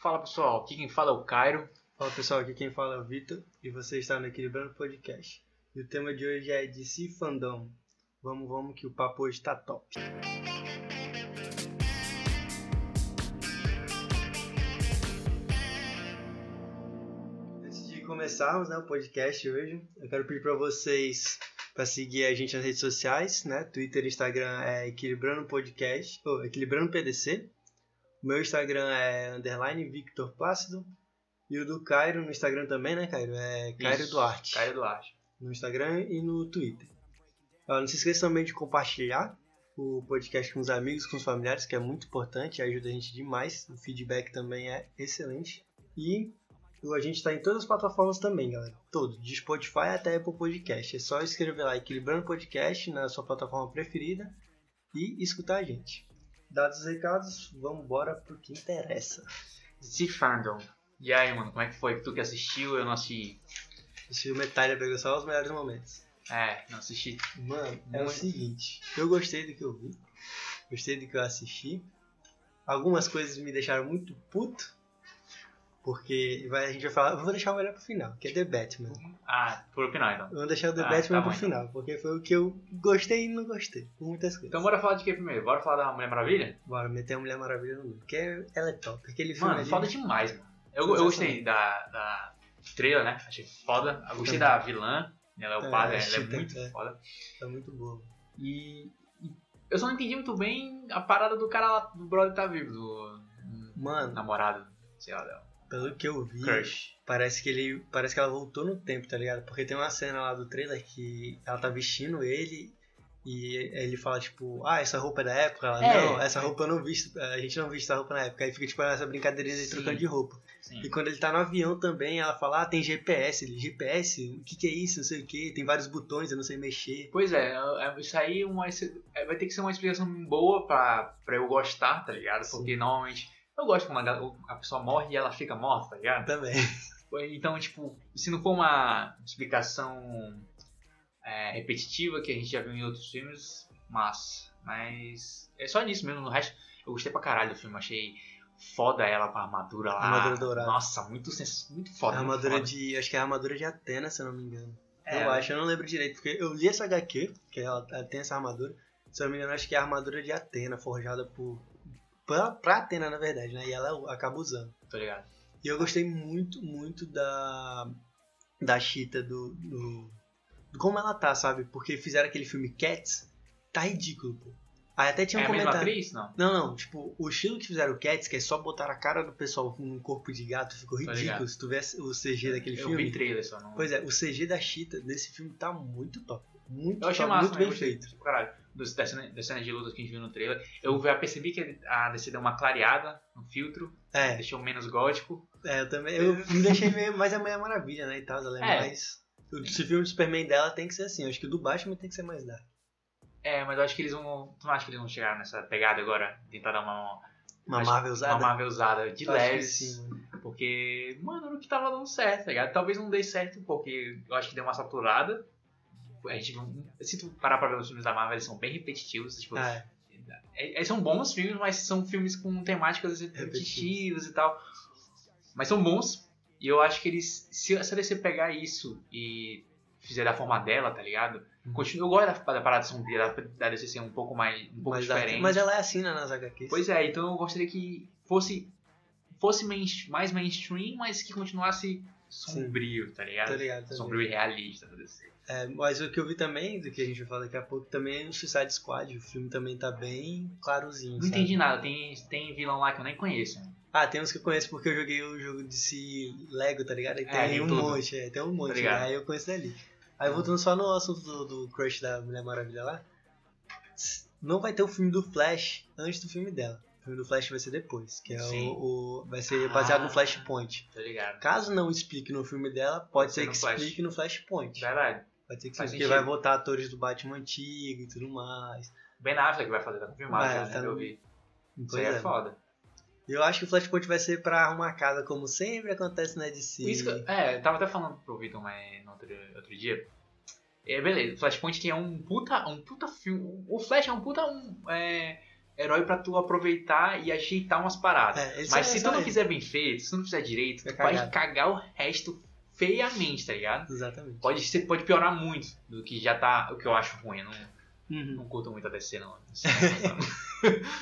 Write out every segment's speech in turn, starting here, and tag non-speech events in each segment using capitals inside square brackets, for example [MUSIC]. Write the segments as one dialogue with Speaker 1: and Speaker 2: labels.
Speaker 1: Fala pessoal, aqui quem fala é o Cairo.
Speaker 2: Fala pessoal, aqui quem fala é o Vitor e você está no Equilibrando Podcast. E o tema de hoje é DC Fandom. Vamos, vamos que o papo hoje tá top. Antes de começarmos né, o podcast hoje, eu quero pedir para vocês para seguir a gente nas redes sociais, né? Twitter, Instagram é Equilibrando Podcast, ou Equilibrando PDC. O meu Instagram é underline Victor Plácido. E o do Cairo no Instagram também, né, Cairo? É Cairo
Speaker 1: Isso,
Speaker 2: Duarte
Speaker 1: Caio Duarte.
Speaker 2: no Instagram e no Twitter. Ah, Não se esqueça também de compartilhar o podcast com os amigos, com os familiares, que é muito importante, ajuda a gente demais. O feedback também é excelente. E a gente está em todas as plataformas também, galera. Todo, de Spotify até Apple Podcast. É só escrever lá Equilibrando Podcast na sua plataforma preferida e escutar a gente. Dados os recados, vamos embora pro que interessa. [LAUGHS]
Speaker 1: DC Fandom. E aí, mano, como é que foi? Tu que assistiu, eu não assisti.
Speaker 2: Esse filme Metalha pegou só os melhores momentos.
Speaker 1: É, não assisti.
Speaker 2: Mano, é o
Speaker 1: Muito.
Speaker 2: seguinte, eu gostei do que eu vi, gostei do que eu assisti. Algumas coisas me deixaram muito puto, porque vai- a gente vai falar, eu vou deixar o melhor pro final, que é The Batman.
Speaker 1: Ah, por opinar então.
Speaker 2: Eu vou deixar o The
Speaker 1: Ah,
Speaker 2: Batman
Speaker 1: tá
Speaker 2: pro
Speaker 1: bom, então.
Speaker 2: final, porque foi o que eu gostei e não gostei, por muitas coisas.
Speaker 1: Então bora falar de quem primeiro? Bora falar da Mulher Maravilha?
Speaker 2: Bora meter a Mulher Maravilha no meio, porque ela é top, aquele filme
Speaker 1: Mano,
Speaker 2: ali-
Speaker 1: foda demais, mano. Eu, eu gostei da, da estrela, né? Achei foda. Eu gostei da vilã. Ela é o
Speaker 2: É,
Speaker 1: padre,
Speaker 2: achei
Speaker 1: ela é
Speaker 2: também.
Speaker 1: muito foda.
Speaker 2: tá muito boa. mano.
Speaker 1: E, e eu só não entendi muito bem a parada do cara lá, do brother tá vivo, do
Speaker 2: Mano,
Speaker 1: namorado, sei lá, dela.
Speaker 2: pelo que eu vi,
Speaker 1: Crush.
Speaker 2: Parece que ele. Parece que ela voltou no tempo, tá ligado? Porque tem uma cena lá do trailer que ela tá vestindo ele e ele fala, tipo, ah, essa roupa é da época? Ela,
Speaker 1: É.
Speaker 2: não, essa roupa eu não visto. eh, A gente não visto essa roupa na época. Aí fica, tipo, essa brincadeirinha de
Speaker 1: Sim.
Speaker 2: trocando de roupa.
Speaker 1: Sim.
Speaker 2: E quando ele tá no avião também, ela fala, ah, tem GPS, ele, GPS, o que, que é isso? Não sei o que, tem vários botões, eu não sei mexer.
Speaker 1: Pois é, é, isso aí é uma- é, vai ter que ser uma explicação boa pra, pra eu gostar, tá ligado? Porque normalmente eu gosto quando a, gal- a pessoa morre e ela fica morta, tá ligado?
Speaker 2: Também.
Speaker 1: Então, tipo, se não for uma explicação é, repetitiva que a gente já viu em outros filmes, massa. Mas é só nisso mesmo. No resto, eu gostei pra caralho do filme. Achei foda ela com a armadura lá.
Speaker 2: Armadura dourada.
Speaker 1: Nossa, muito, sens- muito
Speaker 2: A
Speaker 1: foda. muito
Speaker 2: armadura
Speaker 1: foda.
Speaker 2: de. Acho que é a armadura de Atena, se eu não me engano.
Speaker 1: É,
Speaker 2: eu acho, eu não lembro direito, porque eu li essa HQ, que ela, ela tem essa armadura. Se eu não me engano, acho que é a armadura de Atena, forjada por. Pra, pra Atena, na verdade, né? E ela u- acaba usando.
Speaker 1: Tô tá ligado.
Speaker 2: E eu gostei muito, muito da. Da Cheetah, do. do de como ela tá, sabe? Porque fizeram aquele filme Cats, tá ridículo, pô. Aí até tinha um
Speaker 1: é a mesma
Speaker 2: comentário.
Speaker 1: atriz? Não.
Speaker 2: Não, não, tipo, o estilo que fizeram o Cats, que é só botar a cara do pessoal num corpo de gato, ficou ridículo.
Speaker 1: ligado.
Speaker 2: Se tu vê o CG daquele
Speaker 1: eu
Speaker 2: filme.
Speaker 1: vi trailer só. Não...
Speaker 2: Pois é, o CG da Cheetah nesse filme tá muito top. Muito
Speaker 1: Eu achei
Speaker 2: top,
Speaker 1: massa,
Speaker 2: muito
Speaker 1: né?
Speaker 2: bem
Speaker 1: Eu gostei,
Speaker 2: feito.
Speaker 1: tipo, Caralho, dos- das cenas das cenas de luta que a gente viu no trailer. Eu já percebi que a DC deu uma clareada no filtro,
Speaker 2: É,
Speaker 1: deixou menos gótico.
Speaker 2: é, eu
Speaker 1: [LAUGHS]
Speaker 2: também. Eu me deixei meio mais a Mulher Maravilha, né? E tal, ela é,
Speaker 1: É.
Speaker 2: mais. O esse filme do Superman dela tem que ser assim. eu Acho que o do Batman tem que ser mais dark.
Speaker 1: É, mas eu acho que eles vão. Tu não acha que eles vão chegar nessa pegada agora? Tentar dar uma,
Speaker 2: Uma
Speaker 1: Acho-
Speaker 2: Marvel
Speaker 1: uma
Speaker 2: usada.
Speaker 1: Marvel usada de um
Speaker 2: Eu acho que
Speaker 1: leves.
Speaker 2: sim, mano.
Speaker 1: Porque, mano, era o que tava dando certo, tá ligado? Talvez não dê certo, porque eu acho que deu uma saturada. A gente, não- se tu parar pra ver os filmes da Marvel, eles são bem repetitivos. Tipo,
Speaker 2: Ah, é.
Speaker 1: É- é- são bons filmes, mas são filmes com temáticas
Speaker 2: É
Speaker 1: repetitivas e tal. Mas são bons. E eu acho que eles. Se a DC pegar isso e fizer da forma dela, tá ligado?
Speaker 2: Uhum.
Speaker 1: Continua, eu gosto da, da parada sombria, da, da DC ser um pouco mais. um pouco
Speaker 2: Mas, dark.
Speaker 1: diferente.
Speaker 2: Mas ela é assim né, nas HQs.
Speaker 1: Pois é, então eu gostaria que fosse. fosse main- mais mainstream, mas que continuasse sombrio, tá ligado?
Speaker 2: Tá ligado? tá ligado.
Speaker 1: sombrio e realista da DC.
Speaker 2: É, mas o que eu vi também, do que a gente vai falar daqui a pouco, também é o Suicide Squad. O filme também tá bem clarozinho.
Speaker 1: Não
Speaker 2: sabe?
Speaker 1: entendi nada, tem, tem vilão lá que eu nem conheço.
Speaker 2: Ah, tem uns que eu conheço porque eu joguei o jogo desse Lego, tá ligado? E tem
Speaker 1: É, tem
Speaker 2: um
Speaker 1: tudo.
Speaker 2: monte, é, tem um monte, né?
Speaker 1: ligado.
Speaker 2: aí eu conheço dali. Aí voltando só no assunto do, do crush da Mulher Maravilha lá, não vai ter o filme do Flash antes do filme dela. O filme do Flash vai ser depois, que é
Speaker 1: Sim.
Speaker 2: o, o- vai ser baseado no
Speaker 1: Ah.
Speaker 2: Flashpoint.
Speaker 1: Tá ligado?
Speaker 2: Caso não explique no filme dela, pode
Speaker 1: ser
Speaker 2: ser
Speaker 1: no
Speaker 2: que
Speaker 1: Flash.
Speaker 2: explique no Flashpoint.
Speaker 1: Verdade.
Speaker 2: Pode ser que sim,
Speaker 1: Faz
Speaker 2: porque
Speaker 1: sentido.
Speaker 2: vai voltar atores do Batman antigo e tudo mais.
Speaker 1: Ben Affleck vai fazer, tá confirmado,
Speaker 2: Vai,
Speaker 1: já, né?
Speaker 2: tá no-
Speaker 1: Eu vi. Isso aí
Speaker 2: Pois
Speaker 1: é,
Speaker 2: é.
Speaker 1: foda.
Speaker 2: Eu acho que o Flashpoint vai ser pra arrumar casa, como sempre acontece na DC.
Speaker 1: Isso que eu- é, eu tava até falando pro Vitor mas, no outro, outro dia. É, beleza, Flashpoint que é um puta, um puta filme. O Flash é um puta um, é, herói pra tu aproveitar e ajeitar umas paradas.
Speaker 2: É, esse
Speaker 1: Mas
Speaker 2: é-
Speaker 1: se
Speaker 2: esse
Speaker 1: tu não
Speaker 2: é-
Speaker 1: fizer bem feito, se tu não fizer direito,
Speaker 2: Vai
Speaker 1: tu vai
Speaker 2: cagar.
Speaker 1: cagar o resto feiamente, tá ligado?
Speaker 2: Exatamente.
Speaker 1: Pode, ser- pode piorar muito do que já tá. O que eu acho ruim. Eu não,
Speaker 2: Uhum.
Speaker 1: não curto muito a DC, não.
Speaker 2: [LAUGHS]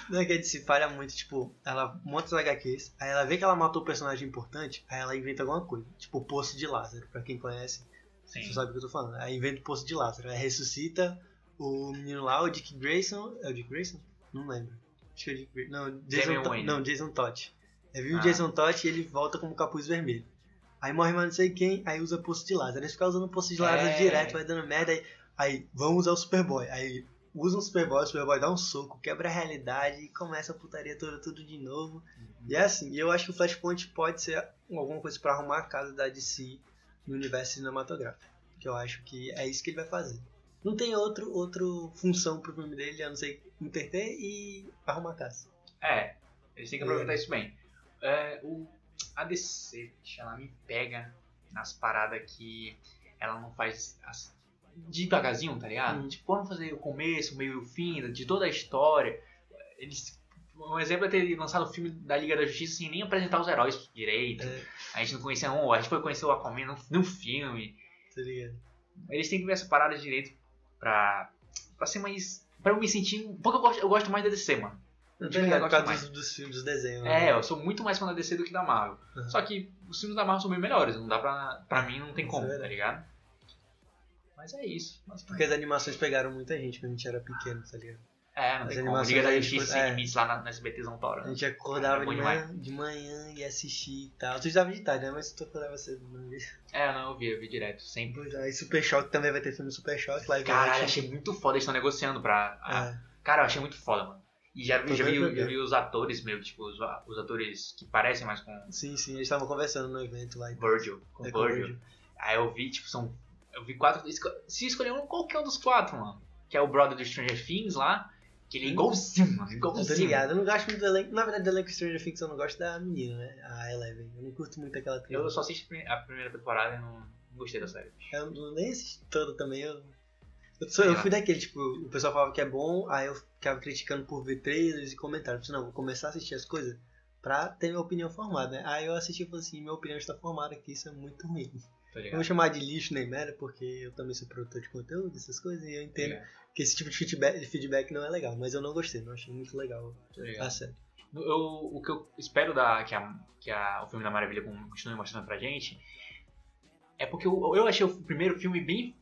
Speaker 2: Não é que a DC falha muito, tipo, ela monta os HQs, aí ela vê que ela matou um personagem importante, aí ela inventa alguma coisa. Tipo, o Poço de Lázaro, pra quem conhece,
Speaker 1: Sim.
Speaker 2: você sabe o que eu tô falando. né? Aí inventa o Poço de Lázaro, aí ressuscita o menino lá, o Dick Grayson. É o Dick Grayson? Não lembro. Acho que é o Dick Grayson. Não, Jason
Speaker 1: Damian
Speaker 2: Todd.
Speaker 1: Wayne.
Speaker 2: Não, Jason Todd. Aí viu
Speaker 1: Ah.
Speaker 2: o Jason Todd e ele volta como capuz vermelho. Aí morre mais não sei quem, aí usa Poço de Lázaro. Eles ficam usando Poço de Lázaro
Speaker 1: É.
Speaker 2: direto, vai dando merda, aí Aí vão usar o Superboy. Aí usa o Superboy, o Superboy dá um soco, quebra a realidade e começa a putaria toda tudo de novo. E é assim, e eu acho que o Flashpoint pode ser alguma coisa pra arrumar a casa da DC no universo cinematográfico. Que eu acho que é isso que ele vai fazer. Não tem outro, outro função pro filme dele, a não ser entreter e arrumar a casa.
Speaker 1: É, eles têm que aproveitar isso bem. É, o ADC, ela me pega nas paradas que ela não faz as- devagarzinho, tá ligado?
Speaker 2: Hum.
Speaker 1: Tipo, vamos fazer o começo, o meio e o fim de toda a história. Eles, um exemplo é ter lançado o filme da Liga da Justiça sem nem apresentar os heróis direito.
Speaker 2: É.
Speaker 1: A gente não conhecia um, a gente foi conhecer o Aquaman no, no filme.
Speaker 2: Tá ligado?
Speaker 1: Eles têm que ver essa parada direito pra, pra ser mais. Pra eu me sentir. um- Porque eu gosto, eu gosto mais da DC, mano.
Speaker 2: Não
Speaker 1: Tipo,
Speaker 2: tem ligado
Speaker 1: eu
Speaker 2: por
Speaker 1: gosto
Speaker 2: causa dos, dos filmes, dos desenhos.
Speaker 1: É,
Speaker 2: né?
Speaker 1: eu sou muito mais fã da DC do que da Marvel.
Speaker 2: Uhum.
Speaker 1: Só que os filmes da Marvel são bem melhores, não dá pra. Pra mim não tem
Speaker 2: Isso
Speaker 1: como,
Speaker 2: é
Speaker 1: tá
Speaker 2: verdade.
Speaker 1: ligado? Mas é isso. Mas-
Speaker 2: Porque as animações pegaram muita gente quando a gente era pequeno, tá ligado?
Speaker 1: é, não
Speaker 2: as
Speaker 1: tem como.
Speaker 2: animações
Speaker 1: Liga da
Speaker 2: aí,
Speaker 1: Justiça
Speaker 2: tipo,
Speaker 1: sem
Speaker 2: é.
Speaker 1: limites lá na, na SBTzão
Speaker 2: A
Speaker 1: Taurano.
Speaker 2: gente acordava
Speaker 1: Era bom
Speaker 2: de, manhã, de manhã e assistia e tal. Tu estudava de tarde, né? Mas tu acordava cedo. Não [LAUGHS]
Speaker 1: É, não, eu vi, eu vi direto. Sempre.
Speaker 2: Aí Super Choque é, também vai ter filme Super Choque. Live
Speaker 1: Caralho, ah,
Speaker 2: action.
Speaker 1: achei muito foda, eles estão negociando pra. a-
Speaker 2: É.
Speaker 1: Cara, eu achei muito foda, mano. E já, vi-
Speaker 2: Tô
Speaker 1: já, vi,
Speaker 2: doido pra
Speaker 1: já
Speaker 2: ver.
Speaker 1: vi os atores, meio, tipo, os, os atores que parecem mais com
Speaker 2: Sim, sim. Eles estavam conversando no evento lá. e tal.
Speaker 1: Virgil. Com
Speaker 2: É, com
Speaker 1: Virgil. Aí eu vi, tipo, são. Eu vi quatro. esco- Se escolher um, qualquer um dos quatro, mano. Que é o brother do Stranger Things lá. Que ele é igualzinho, mano.
Speaker 2: Eu tô
Speaker 1: Igualzinho.
Speaker 2: ligado. Eu não gosto muito do elenco. Na verdade, do elenco Stranger Things eu não gosto da menina, né? A Eleven. Eu não curto muito aquela trilha.
Speaker 1: Eu só assisti a prime- a primeira temporada e não não gostei da série.
Speaker 2: Eu não nem assisti toda também. Eu, eu, sou- eu fui daquele, tipo, o pessoal falava que é bom, aí eu ficava criticando por ver trailers e comentários. Eu disse, não, vou começar a assistir as coisas pra ter minha opinião formada, né? Aí eu assisti e falei assim, minha opinião está formada aqui, isso é muito ruim.
Speaker 1: Tá
Speaker 2: Não
Speaker 1: ligado?
Speaker 2: vou chamar de lixo nem merda, porque eu também sou produtor de conteúdo, essas coisas, e eu
Speaker 1: Tá
Speaker 2: entendo
Speaker 1: ligado?
Speaker 2: que esse tipo de feedback, de feedback não é legal, mas eu não gostei, não achei muito legal
Speaker 1: Tá ligado?
Speaker 2: a série.
Speaker 1: No- eu- o que eu espero da, que, a, que a- o filme da Maravilha com- continue mostrando pra gente é porque eu, eu achei o primeiro filme bem,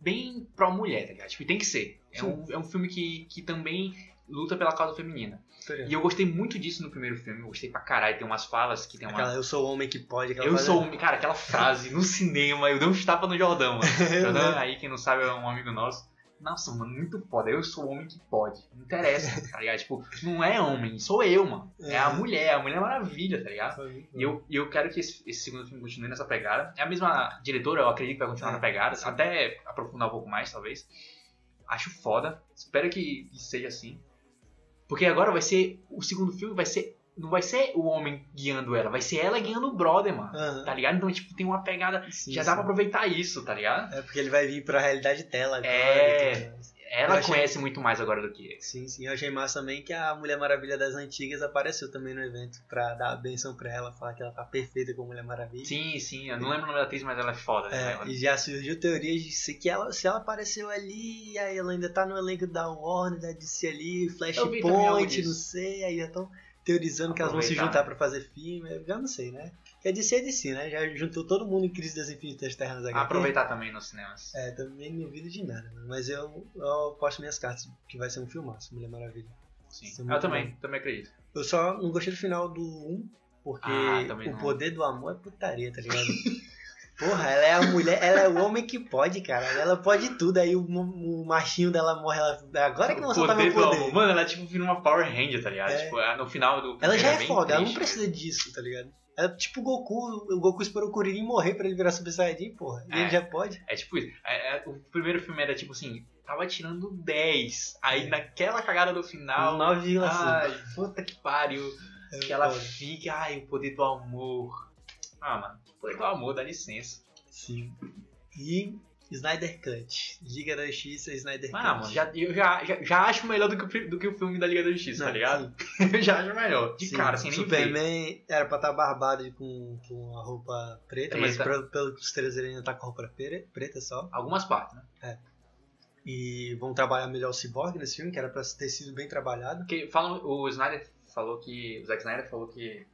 Speaker 1: bem pra mulher, tá ligado? Tipo, e tem que ser. É um, é um filme que, que também luta pela causa feminina. E eu gostei muito disso no primeiro filme, eu gostei pra caralho. Tem umas falas que tem uma.
Speaker 2: É Aquela, eu sou o homem que pode, aquela
Speaker 1: Eu
Speaker 2: frase-
Speaker 1: sou um. Cara, aquela frase no cinema, eu dei um tapa no Jordão, mano.
Speaker 2: [LAUGHS]
Speaker 1: Jordão, aí quem não sabe é um amigo nosso. Nossa, mano, muito foda. Eu sou o homem que pode. Não
Speaker 2: [LAUGHS]
Speaker 1: interessa, tá ligado? Tipo, não é homem, sou eu, mano. É a
Speaker 2: É.
Speaker 1: mulher, a mulher maravilha, tá ligado?
Speaker 2: Foi muito
Speaker 1: E eu, e eu quero que esse, esse segundo filme continue nessa pegada. É a mesma diretora, eu acredito que vai continuar
Speaker 2: É.
Speaker 1: na pegada, até aprofundar um pouco mais, talvez. Acho foda. Espero que, que seja assim. Porque agora vai ser. O segundo filme vai ser. Não vai ser o homem guiando ela, vai ser ela guiando o brother, mano.
Speaker 2: Aham.
Speaker 1: Tá ligado? Então, tipo, tem uma pegada.
Speaker 2: Sim,
Speaker 1: já dá
Speaker 2: sim.
Speaker 1: pra aproveitar isso, tá ligado?
Speaker 2: É porque ele vai vir pra realidade dela agora.
Speaker 1: É.
Speaker 2: e tudo mais. Eu
Speaker 1: Ela
Speaker 2: achei-
Speaker 1: conhece muito mais agora do que ele.
Speaker 2: Sim, sim. Eu achei massa também que a Mulher Maravilha das Antigas apareceu também no evento pra dar a benção pra ela, falar que ela tá perfeita como Mulher Maravilha.
Speaker 1: Sim, sim, eu não lembro o nome da atriz, mas ela é foda. né?
Speaker 2: É,
Speaker 1: Ela-
Speaker 2: e já surgiu teorias de se, que ela, se ela apareceu ali, aí ela ainda tá no elenco da Warner, da DC ali,
Speaker 1: Eu vi também algo
Speaker 2: Flashpoint,
Speaker 1: disso.
Speaker 2: não sei, aí já estão teorizando que elas vão se
Speaker 1: Aproveitar,
Speaker 2: juntar
Speaker 1: né?
Speaker 2: pra fazer filme, eu já não sei, né? Porque a DC é DC, né? Já juntou todo mundo em Crise das Infinitas Terras agora.
Speaker 1: Aproveitar também nos cinemas.
Speaker 2: É, também não duvido de nada, mano. mas eu, eu posto minhas cartas que vai ser um filmaço, Mulher Maravilha. isso é
Speaker 1: Sim.
Speaker 2: muito
Speaker 1: Eu também, também acredito.
Speaker 2: Eu só não gostei do final do 1, porque
Speaker 1: Ah, também
Speaker 2: o
Speaker 1: não.
Speaker 2: poder do amor é putaria, tá ligado? [LAUGHS] Porra, ela é a mulher, ela é o homem que pode, cara. Ela pode tudo, aí o, mo- o machinho dela morre, ela. Agora que não soltar meu
Speaker 1: do
Speaker 2: poder.
Speaker 1: amor. Mano, ela tipo vira uma Power Ranger, tá ligado?
Speaker 2: É.
Speaker 1: Tipo, ela- no final do.
Speaker 2: Ela já é
Speaker 1: bem
Speaker 2: foda, ela não
Speaker 1: triste.
Speaker 2: precisa disso, tá ligado? Ela é tipo o Goku, o Goku esperou o Kuririn morrer pra ele virar Super Saiyajin, porra. E
Speaker 1: É.
Speaker 2: ele já pode.
Speaker 1: É tipo isso. É- é- o primeiro filme era tipo assim, tava tirando 10. Aí
Speaker 2: É.
Speaker 1: naquela cagada do final.
Speaker 2: 9,5.
Speaker 1: Ai, puta que pariu.
Speaker 2: É
Speaker 1: Que ela
Speaker 2: foda.
Speaker 1: fica, ai, o poder do amor. Ah, mano, o poder do amor, dá licença.
Speaker 2: Sim. E Snyder Cut. Liga da Justiça, Snyder Cut.
Speaker 1: Ah, mano, já, eu já, já, já acho melhor do que, o pri- do que o filme da Liga da Justiça, tá
Speaker 2: Não,
Speaker 1: ligado? [LAUGHS] Eu já acho melhor. De
Speaker 2: Sim,
Speaker 1: cara, sem nem ver. É,
Speaker 2: Superman era pra estar barbado e com, com a roupa preta, mas
Speaker 1: Preta.
Speaker 2: pelo, pelo que os três ele ainda tá com a roupa pre- preta só.
Speaker 1: Algumas partes, né?
Speaker 2: E vão trabalhar melhor o Cyborg nesse filme, que era pra ter sido bem trabalhado.
Speaker 1: Porque falam, o Snyder falou que. O Zack Snyder falou que.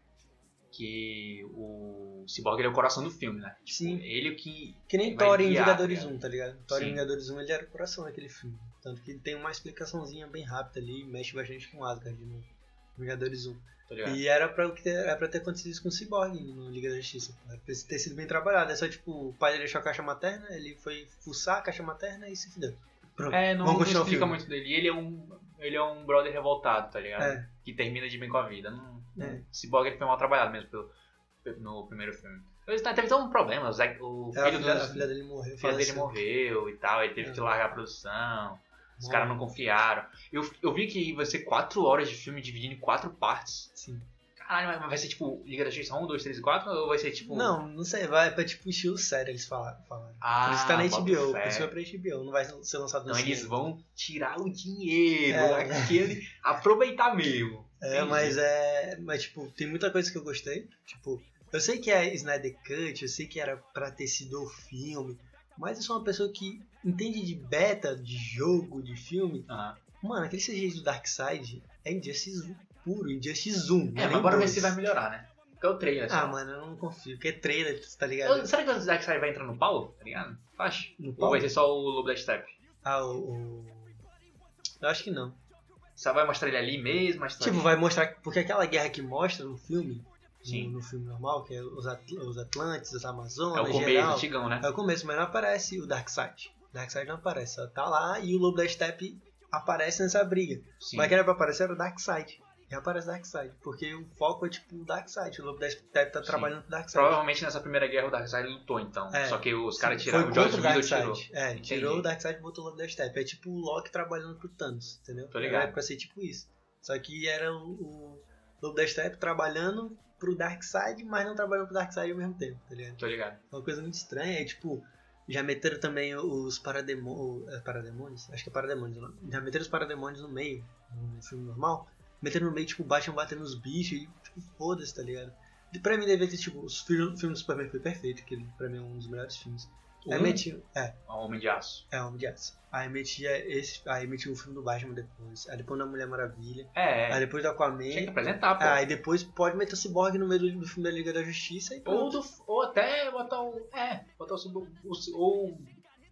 Speaker 1: Que o Cyborg ele é o coração do filme, né? Tipo,
Speaker 2: Sim.
Speaker 1: Ele o que.
Speaker 2: Que nem
Speaker 1: Vai
Speaker 2: Thor em
Speaker 1: guiar,
Speaker 2: Vingadores
Speaker 1: tá
Speaker 2: 1, tá ligado? Thor em
Speaker 1: Sim.
Speaker 2: Vingadores 1 ele era o coração daquele filme. Tanto que tem uma explicaçãozinha bem rápida ali, mexe bastante com Asgard no Vingadores 1.
Speaker 1: Tá ligado?
Speaker 2: E era pra, ter, era pra ter acontecido isso com o Cyborg no Liga da Justiça. pô. Era pra ter sido bem trabalhado. É só tipo, o pai dele achou a caixa materna, ele foi fuçar a caixa materna e se fudeu. Pronto.
Speaker 1: É, não,
Speaker 2: Vamos
Speaker 1: não
Speaker 2: continuar o
Speaker 1: explica
Speaker 2: filme.
Speaker 1: muito dele. E Ele é um. Ele é um brother revoltado, tá ligado?
Speaker 2: É.
Speaker 1: Que termina de bem com a vida. Não,
Speaker 2: É.
Speaker 1: O Cyborg ele foi mal trabalhado mesmo pelo- no primeiro filme. Ele teve até um problema, o, Zack- o
Speaker 2: É, a,
Speaker 1: filho, do,
Speaker 2: filha, a filha dele morreu.
Speaker 1: o filho dele
Speaker 2: faleceu.
Speaker 1: morreu e tal, ele teve
Speaker 2: É.
Speaker 1: que largar a produção. Os caras não confiaram. Eu, eu vi que vai ser 4 horas de filme dividido em 4 partes.
Speaker 2: Sim.
Speaker 1: Caralho, mas- mas vai ser tipo Liga da Justiça 1, 2, 3 e 4? Ou vai ser tipo.
Speaker 2: Não, não sei, vai pra tipo estilo sério, eles falaram. falaram.
Speaker 1: Ah,
Speaker 2: Por isso tá na
Speaker 1: bota
Speaker 2: HBO,
Speaker 1: fé.
Speaker 2: por isso vai pra HBO, não vai ser lançado no
Speaker 1: Então eles
Speaker 2: cinema.
Speaker 1: vão tirar o dinheiro,
Speaker 2: assim. É.
Speaker 1: aquele. aproveitar mesmo.
Speaker 2: É,
Speaker 1: Entendi.
Speaker 2: mas é. Mas, tipo, tem muita coisa que eu gostei. Tipo, eu sei que é Snyder Cut, eu sei que era pra ter sido o filme, mas eu sou uma pessoa que entende de beta, de jogo, de filme.
Speaker 1: Aham.
Speaker 2: Mano, aquele CGI do Darkseid é Injustice 1 puro, Injustice 1.
Speaker 1: É, mas bora ver se vai melhorar, né? Porque é o trailer.
Speaker 2: Ah,
Speaker 1: só.
Speaker 2: mano, eu não confio, porque é trailer, tá ligado?
Speaker 1: Eu- será que o Zack Snyder vai entrar no pau? Tá ligado? Acho.
Speaker 2: No pau?
Speaker 1: Ou vai ser só o Lobo da Step?
Speaker 2: Ah, o. o- Eu acho que não.
Speaker 1: Só vai mostrar ele ali mesmo, mas
Speaker 2: Tipo, vai mostrar. Porque aquela guerra que mostra no filme,
Speaker 1: Sim.
Speaker 2: no, no filme normal, que é os, At os Atlantes, os Amazonas,
Speaker 1: é o começo,
Speaker 2: geral,
Speaker 1: antigão, né?
Speaker 2: É o começo, mas não aparece o Darkseid. Darkseid não aparece, só tá lá e o Lobo da Steppe aparece nessa briga.
Speaker 1: Sim.
Speaker 2: Mas é quem era pra aparecer era o Darkseid. E aparece o Darkseid, porque o foco é tipo o Darkseid. O Lobo da Steppe tá
Speaker 1: Sim.
Speaker 2: trabalhando com o Darkseid.
Speaker 1: Provavelmente nessa primeira guerra o Darkseid lutou, então.
Speaker 2: É.
Speaker 1: Só que os caras
Speaker 2: Sim,
Speaker 1: tiraram
Speaker 2: foi
Speaker 1: o George
Speaker 2: contra
Speaker 1: Widow tirou.
Speaker 2: É,
Speaker 1: Entendi.
Speaker 2: tirou o Darkseid e botou o Lobo da Steppe. É tipo o Loki trabalhando pro Thanos, entendeu?
Speaker 1: Tô ligado.
Speaker 2: Era pra ser tipo isso. Só que era o, o Lobo da Steppe trabalhando pro Darkseid, mas não trabalhando pro Darkseid ao mesmo tempo, tá ligado?
Speaker 1: Tô ligado.
Speaker 2: Uma coisa muito estranha é tipo. Já meteram também os parademônios. Parademônios? Acho que é parademônios. o nome. Já meteram os parademônios no meio, no filme normal. Meteram no meio, tipo, o Batman batendo nos bichos e, tipo, foda-se, tá ligado? E pra mim, deve ter, tipo, os filmes do Superman foi perfeito, que ele, pra mim é um dos melhores filmes. Aí
Speaker 1: Um?
Speaker 2: meti- É,
Speaker 1: O Homem de Aço.
Speaker 2: é Homem de Aço. Aí metia esse. Aí metia o filme do Batman depois. Aí depois da Mulher Maravilha.
Speaker 1: É,
Speaker 2: Aí
Speaker 1: é.
Speaker 2: depois do Aquaman. Ah,
Speaker 1: Tinha que apresentar, pô.
Speaker 2: Aí depois pode meter o Cyborg no meio do, do filme da Liga da Justiça e
Speaker 1: ou,
Speaker 2: pronto.
Speaker 1: do, ou até botar o. É, botar o, Cyborg- o- Ou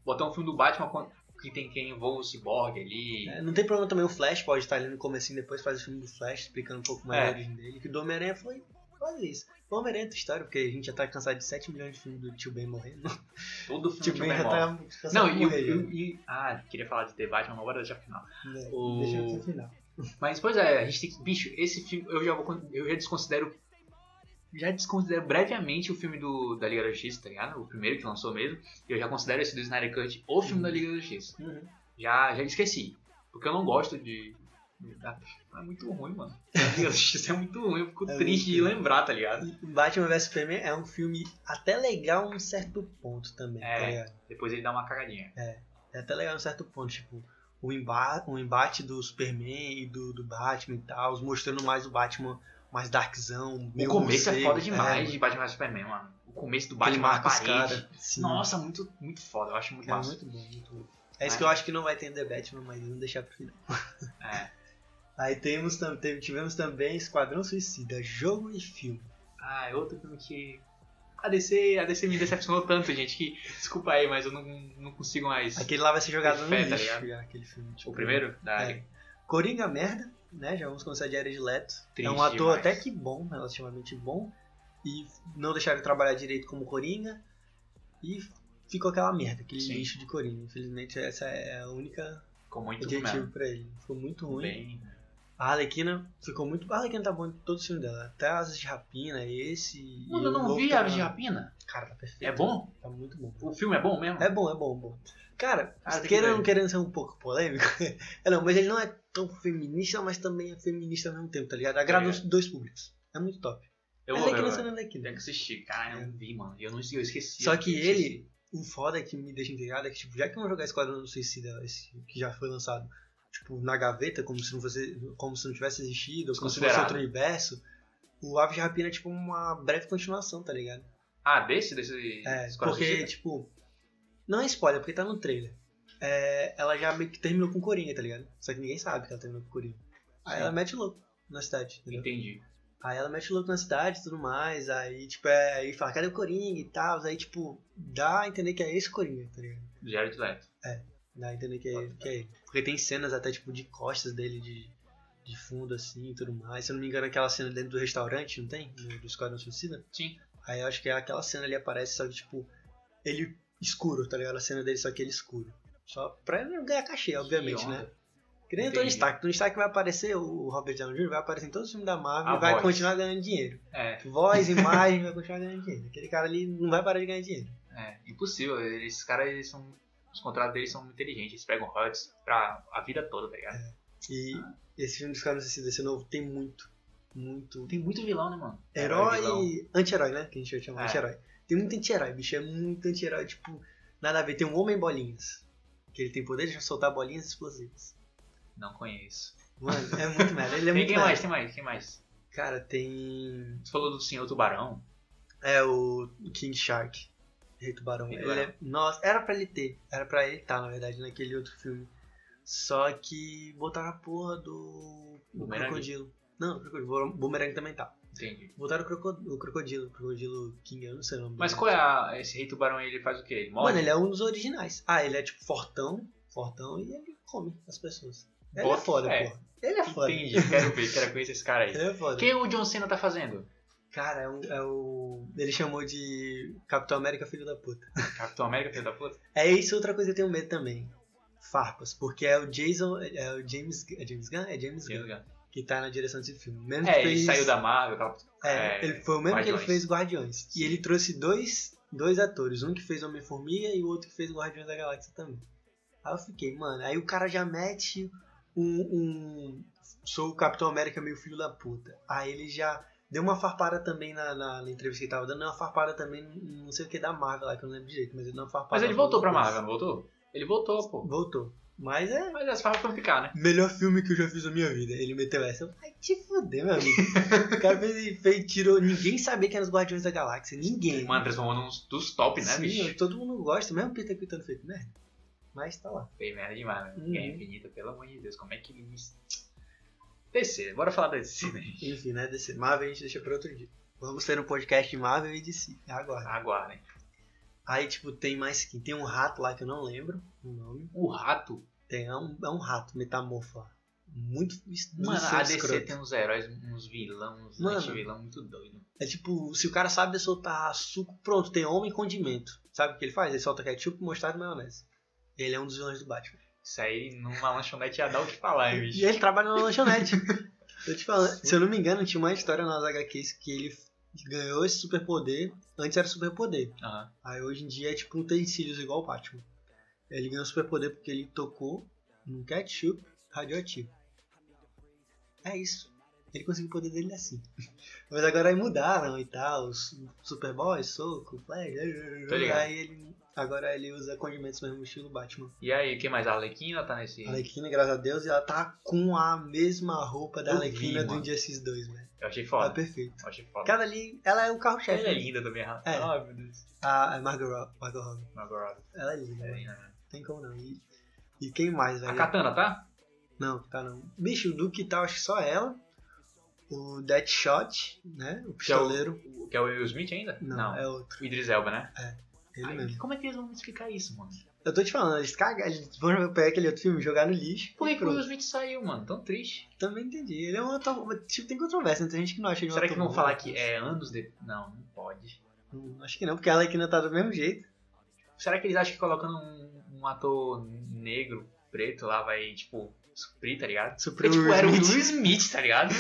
Speaker 1: botar um filme do Batman com- que tem quem envolve o Cyborg ali.
Speaker 2: É, Não tem problema também o Flash, pode estar ali no comecinho depois faz o filme do Flash, explicando um pouco mais
Speaker 1: É.
Speaker 2: a origem dele. Que o do Homem-Aranha foi quase isso. O Homem-Aranha é outra história, porque a gente já tá cansado de 7 milhões de filmes do Tio Ben morrendo.
Speaker 1: Todo filme
Speaker 2: [LAUGHS] Tio
Speaker 1: de
Speaker 2: Ben
Speaker 1: Superman
Speaker 2: já
Speaker 1: morre.
Speaker 2: tá cansado
Speaker 1: Não,
Speaker 2: de
Speaker 1: e,
Speaker 2: morrer.
Speaker 1: o- e, e- Ah, queria falar de The Batman, mas bora deixar pro final.
Speaker 2: já, né?
Speaker 1: o-
Speaker 2: Deixa eu ver o final.
Speaker 1: Mas, pois é, a gente tem que. Bicho, esse filme. Eu já, vou, eu já desconsidero. Já desconsidero brevemente o filme do, da Liga da Justiça, tá ligado? O primeiro que lançou mesmo. E eu já considero esse do Snyder Cut o filme da Liga da Justiça.
Speaker 2: Uhum.
Speaker 1: Já, já esqueci. Porque eu não gosto de. da- É muito ruim, mano. A Liga da Justiça é muito ruim. Eu fico
Speaker 2: [LAUGHS] É
Speaker 1: triste de
Speaker 2: muito ruim.
Speaker 1: lembrar, tá ligado?
Speaker 2: E Batman vs Superman é um filme até legal a um certo ponto também,
Speaker 1: É.
Speaker 2: tá ligado?
Speaker 1: Depois ele dá uma cagadinha.
Speaker 2: É até legal a um certo ponto, tipo, o embate, o embate do Superman e do, do Batman e tal, mostrando mais o Batman mais darkzão,
Speaker 1: O
Speaker 2: meio
Speaker 1: começo é
Speaker 2: morcego,
Speaker 1: foda demais
Speaker 2: é,
Speaker 1: de Batman vs Superman, mano. O começo do
Speaker 2: Ele
Speaker 1: Batman na
Speaker 2: marca os É
Speaker 1: parede.
Speaker 2: caras. Sim.
Speaker 1: Nossa, muito, muito foda. Eu acho muito
Speaker 2: Cara,
Speaker 1: massa.
Speaker 2: muito bom, muito bom. É isso que eu acho que não vai ter no The Batman, mas vamos deixar pro final.
Speaker 1: É.
Speaker 2: [LAUGHS] Aí temos, tam- teve- tivemos também Esquadrão Suicida, jogo e filme.
Speaker 1: Ah, é outro filme que. A DC, a DC me decepcionou tanto, gente, que. Desculpa aí, mas eu não, não consigo mais.
Speaker 2: Aquele lá vai ser jogado no
Speaker 1: Fé, tá
Speaker 2: lixo,
Speaker 1: ligado?
Speaker 2: já, aquele filme. tipo,
Speaker 1: O primeiro? Da
Speaker 2: É. Coringa merda, né? Já vamos começar de Jared Leto.
Speaker 1: Triste
Speaker 2: é um ator
Speaker 1: demais.
Speaker 2: até que bom, relativamente bom. E não deixaram ele trabalhar direito como Coringa. E ficou aquela merda, aquele
Speaker 1: Sim.
Speaker 2: lixo de Coringa. Infelizmente, essa é a única
Speaker 1: Ficou muito ruim
Speaker 2: objetivo
Speaker 1: mesmo.
Speaker 2: pra ele. Ficou muito ruim.
Speaker 1: Bem.
Speaker 2: A Arlequina ficou muito. A Arlequina tá bom em todo o filme dela. Até Asas de Rapina, esse.
Speaker 1: Mano, eu
Speaker 2: e o
Speaker 1: não
Speaker 2: novo
Speaker 1: vi
Speaker 2: tá-
Speaker 1: Aves de Rapina.
Speaker 2: Cara, tá perfeito.
Speaker 1: É bom?
Speaker 2: Tá muito bom.
Speaker 1: O filme é bom mesmo?
Speaker 2: É bom, é bom, bom. Cara,
Speaker 1: Ah, tem que
Speaker 2: querendo,
Speaker 1: ver.
Speaker 2: querendo ser um pouco polêmico, [LAUGHS] é, não, mas ele não é tão feminista, mas também é feminista ao mesmo tempo, tá ligado? Agrada os dois públicos. É muito top. é
Speaker 1: Eu vou ver.
Speaker 2: Arlequina
Speaker 1: eu vou ver.
Speaker 2: sendo
Speaker 1: Tem
Speaker 2: Arlequina.
Speaker 1: que assistir. Cara, eu não vi, mano. Eu, não, eu esqueci.
Speaker 2: Só que
Speaker 1: Eu esqueci.
Speaker 2: ele, o um foda que me deixa intrigado é que, tipo, já que vão jogar Esquadrão Suicida, esse que já foi lançado, tipo, na gaveta, como se não fosse, como se não tivesse existido, ou como se fosse
Speaker 1: Desconsiderado.
Speaker 2: outro universo, o Aves de Rapina é tipo uma breve continuação, tá ligado?
Speaker 1: Ah, desse? Desse
Speaker 2: É,
Speaker 1: Esquadrão
Speaker 2: porque,
Speaker 1: Suicida?
Speaker 2: tipo, não é spoiler, porque tá no trailer. É, ela já meio que terminou com o Coringa, tá ligado? Só que ninguém sabe que ela terminou com o Coringa. Aí
Speaker 1: Sim.
Speaker 2: ela mete o louco na cidade, entendeu?
Speaker 1: Entendi.
Speaker 2: Aí ela mete o louco na cidade e tudo mais, aí, tipo, é, aí fala, cadê o Coringa e tal, aí, tipo, dá a entender que é esse Coringa, tá ligado?
Speaker 1: Jared Leto.
Speaker 2: Dá a entender que é, que é ele. Porque tem cenas até, tipo, de costas dele, de, de fundo, assim, e tudo mais. Se eu não me engano, aquela cena dentro do restaurante, não tem? No- Do Esquadrão Suicida?
Speaker 1: Sim.
Speaker 2: Aí eu acho que é aquela cena ali aparece, só que, tipo, ele escuro, tá ligado? A cena dele, só que ele escuro. Só pra não ganhar cachê, obviamente,
Speaker 1: Que
Speaker 2: né?
Speaker 1: onda.
Speaker 2: Que nem o Tony
Speaker 1: Entendi.
Speaker 2: Stark. O Tony Stark vai aparecer, o Robert Downey Jr. vai aparecer em todos os filmes da Marvel
Speaker 1: A
Speaker 2: e vai
Speaker 1: voz.
Speaker 2: continuar ganhando dinheiro.
Speaker 1: É, [LAUGHS]
Speaker 2: Voz, imagem, vai continuar ganhando dinheiro. Aquele cara ali não vai parar de ganhar dinheiro.
Speaker 1: é. Impossível. Esses caras, eles são. Os contratos deles são inteligentes. Eles pegam HUDs pra a vida toda, tá ligado?
Speaker 2: É. E esse filme do Esquadrão Suicida, esse novo, tem muito, muito
Speaker 1: Tem muito vilão, né, mano? vilão.
Speaker 2: Herói. Anti-herói, né? Que a gente chama
Speaker 1: É.
Speaker 2: anti-herói. Tem muito anti-herói, bicho. É muito anti-herói, tipo, nada a ver. Tem um homem bolinhas. Que ele tem poder de soltar bolinhas explosivas.
Speaker 1: Não conheço.
Speaker 2: Mano, é muito merda. Ele
Speaker 1: tem
Speaker 2: é muito
Speaker 1: quem
Speaker 2: merda.
Speaker 1: mais? Tem mais? Quem mais?
Speaker 2: Cara, tem.
Speaker 1: Você falou do Senhor Tubarão?
Speaker 2: É o King Shark. Rei Tubarão.
Speaker 1: Rei
Speaker 2: Ele é-
Speaker 1: Tubarão.
Speaker 2: Nossa, era pra ele ter. Era pra ele estar, na verdade, naquele outro filme. Só que botaram a porra do. do
Speaker 1: Boomerang?
Speaker 2: crocodilo. Não, o crocodilo. O Boomerang também tá.
Speaker 1: Entendi.
Speaker 2: Botaram o, croco- o crocodilo. O crocodilo King, eu não sei o nome
Speaker 1: Mas
Speaker 2: dele.
Speaker 1: qual é a. Esse Rei Tubarão aí, ele faz o quê? Ele morre?
Speaker 2: Mano, ele é um dos originais. Ah, ele é tipo fortão, fortão e ele come as pessoas. Ele
Speaker 1: Bota
Speaker 2: é foda,
Speaker 1: fé.
Speaker 2: porra. Ele é foda.
Speaker 1: Entendi. Quero ver, quero conhecer esse cara aí.
Speaker 2: Ele é foda.
Speaker 1: O que o John Cena tá fazendo?
Speaker 2: Cara, é, um- é o. Ele chamou de Capitão América Filho da Puta.
Speaker 1: Capitão América, filho da puta?
Speaker 2: É isso outra coisa que eu tenho medo também. Farpas, porque é o Jason. É o James. É James Gunn? É James Gunn. Que tá na direção desse filme. O mesmo que
Speaker 1: É, ele
Speaker 2: fez-
Speaker 1: saiu da Marvel, aquela
Speaker 2: É,
Speaker 1: é,
Speaker 2: ele, foi o mesmo que
Speaker 1: Guardiões.
Speaker 2: ele fez Guardiões. E ele trouxe dois, dois atores, um que fez Homem-Formiga e o outro que fez Guardiões da Galáxia também. Aí eu fiquei, mano, aí o cara já mete um. um- sou o Capitão América meio filho da puta. Aí ele já deu uma farpada também na, na- na entrevista que ele tava dando, uma farpada também, não sei o que, da Marvel lá, que eu não lembro direito, mas ele deu uma farpada.
Speaker 1: Mas ele
Speaker 2: em
Speaker 1: voltou pra
Speaker 2: alguma coisa.
Speaker 1: Marvel, não voltou? Ele voltou, pô.
Speaker 2: Voltou. Mas é.
Speaker 1: Mas as farras vão ficar, né?
Speaker 2: Melhor filme que eu já fiz na minha vida. Ele meteu essa. Eu, Vai te fuder, meu amigo. o cara fez, fez, tirou. Ninguém sabia que era os Guardiões da Galáxia. Ninguém.
Speaker 1: Mano, transformando uns dos top, né,
Speaker 2: Sim,
Speaker 1: bicho?
Speaker 2: todo mundo gosta, mesmo Peter Quitano feito merda. Mas tá lá.
Speaker 1: Foi merda demais, né?
Speaker 2: Uhum.
Speaker 1: Guerra Infinita, pelo amor de Deus, como é que eles. DC, bora falar da DC, né? gente?
Speaker 2: Enfim, né? DC. Marvel a gente deixa pra outro dia. Vamos ter um podcast de Marvel e DC. É agora.
Speaker 1: Aguardem.
Speaker 2: Aí, tipo, tem mais que. Tem um rato lá que eu não lembro o nome.
Speaker 1: O rato.
Speaker 2: Tem, é, um, é um rato metamorfo lá. Muito.
Speaker 1: Mano,
Speaker 2: muito
Speaker 1: a DC
Speaker 2: é um escroto.
Speaker 1: tem uns heróis, uns vilão, uns
Speaker 2: Mano.
Speaker 1: anti-vilão muito doido.
Speaker 2: É tipo, se o cara sabe soltar suco, pronto, tem homem e condimento. Sabe o que ele faz? Ele solta ketchup, mostarda e maionese. Ele é um dos vilões do Batman.
Speaker 1: Isso aí numa lanchonete ia dar o que falar, hein,
Speaker 2: E [LAUGHS]
Speaker 1: bicho?
Speaker 2: ele trabalha na lanchonete. Tô te falando, se eu não me engano, tinha uma história nas HQs que ele ganhou esse superpoder. Antes era superpoder.
Speaker 1: Aham.
Speaker 2: Aí hoje em dia é tipo um utensílios igual o Batman. Ele ganhou superpoder porque ele tocou num ketchup radioativo. É isso. Ele conseguiu o poder dele assim. [LAUGHS] Mas agora aí mudaram e tal. os Superboy, soco, flash.
Speaker 1: Tô ligado.
Speaker 2: Aí ele. Agora ele usa condimentos mesmo estilo Batman.
Speaker 1: E aí, quem mais? A Arlequina tá nesse.
Speaker 2: A Alequina, graças a Deus, ela tá com a mesma roupa da
Speaker 1: Eu vi,
Speaker 2: Alequina do
Speaker 1: mano.
Speaker 2: Injustice 2, velho.
Speaker 1: Eu achei
Speaker 2: Tá
Speaker 1: foda.
Speaker 2: perfeito.
Speaker 1: Eu achei foda.
Speaker 2: Cada ali, ela é o carro-chefe.
Speaker 1: Ela é
Speaker 2: né?
Speaker 1: linda também, a
Speaker 2: É.
Speaker 1: Ah, meu Deus.
Speaker 2: A a Margot Robbie. Margot Robbie.
Speaker 1: Agora,
Speaker 2: Ela é linda,
Speaker 1: ela é
Speaker 2: velho.
Speaker 1: linda, né?
Speaker 2: Não tem como não. E, e quem mais,
Speaker 1: A
Speaker 2: velho?
Speaker 1: Katana, tá?
Speaker 2: Não, tá não. Bicho, do que tal, acho que só ela. O Deadshot, né? O
Speaker 1: Que é o-
Speaker 2: pistoleiro.
Speaker 1: Que é o Will Smith ainda?
Speaker 2: Não, é outro.
Speaker 1: O Idris Elba, né?
Speaker 2: Ele
Speaker 1: Ai,
Speaker 2: mesmo.
Speaker 1: como é que eles vão explicar isso, mano?
Speaker 2: Eu tô te falando, eles cagam, eles vão pegar aquele outro filme, jogar no lixo.
Speaker 1: Por que,
Speaker 2: e
Speaker 1: que o Will
Speaker 2: pronto.
Speaker 1: Smith saiu, mano? Tão triste.
Speaker 2: Também entendi. Ele é um ator. Tipo, tem controvérsia, né? tem gente que não acha ele um
Speaker 1: Será que
Speaker 2: ator
Speaker 1: vão
Speaker 2: bom.
Speaker 1: falar que é anos depois? Não, não pode.
Speaker 2: Hum, Acho que não, porque ela aqui não tá do mesmo jeito.
Speaker 1: Será que eles acham que colocando um, um ator negro, preto lá, vai, tipo, suprir, tá ligado?
Speaker 2: Supriu
Speaker 1: Porque,
Speaker 2: o
Speaker 1: tipo, era o
Speaker 2: Will
Speaker 1: Will
Speaker 2: Smith.
Speaker 1: Smith, tá ligado?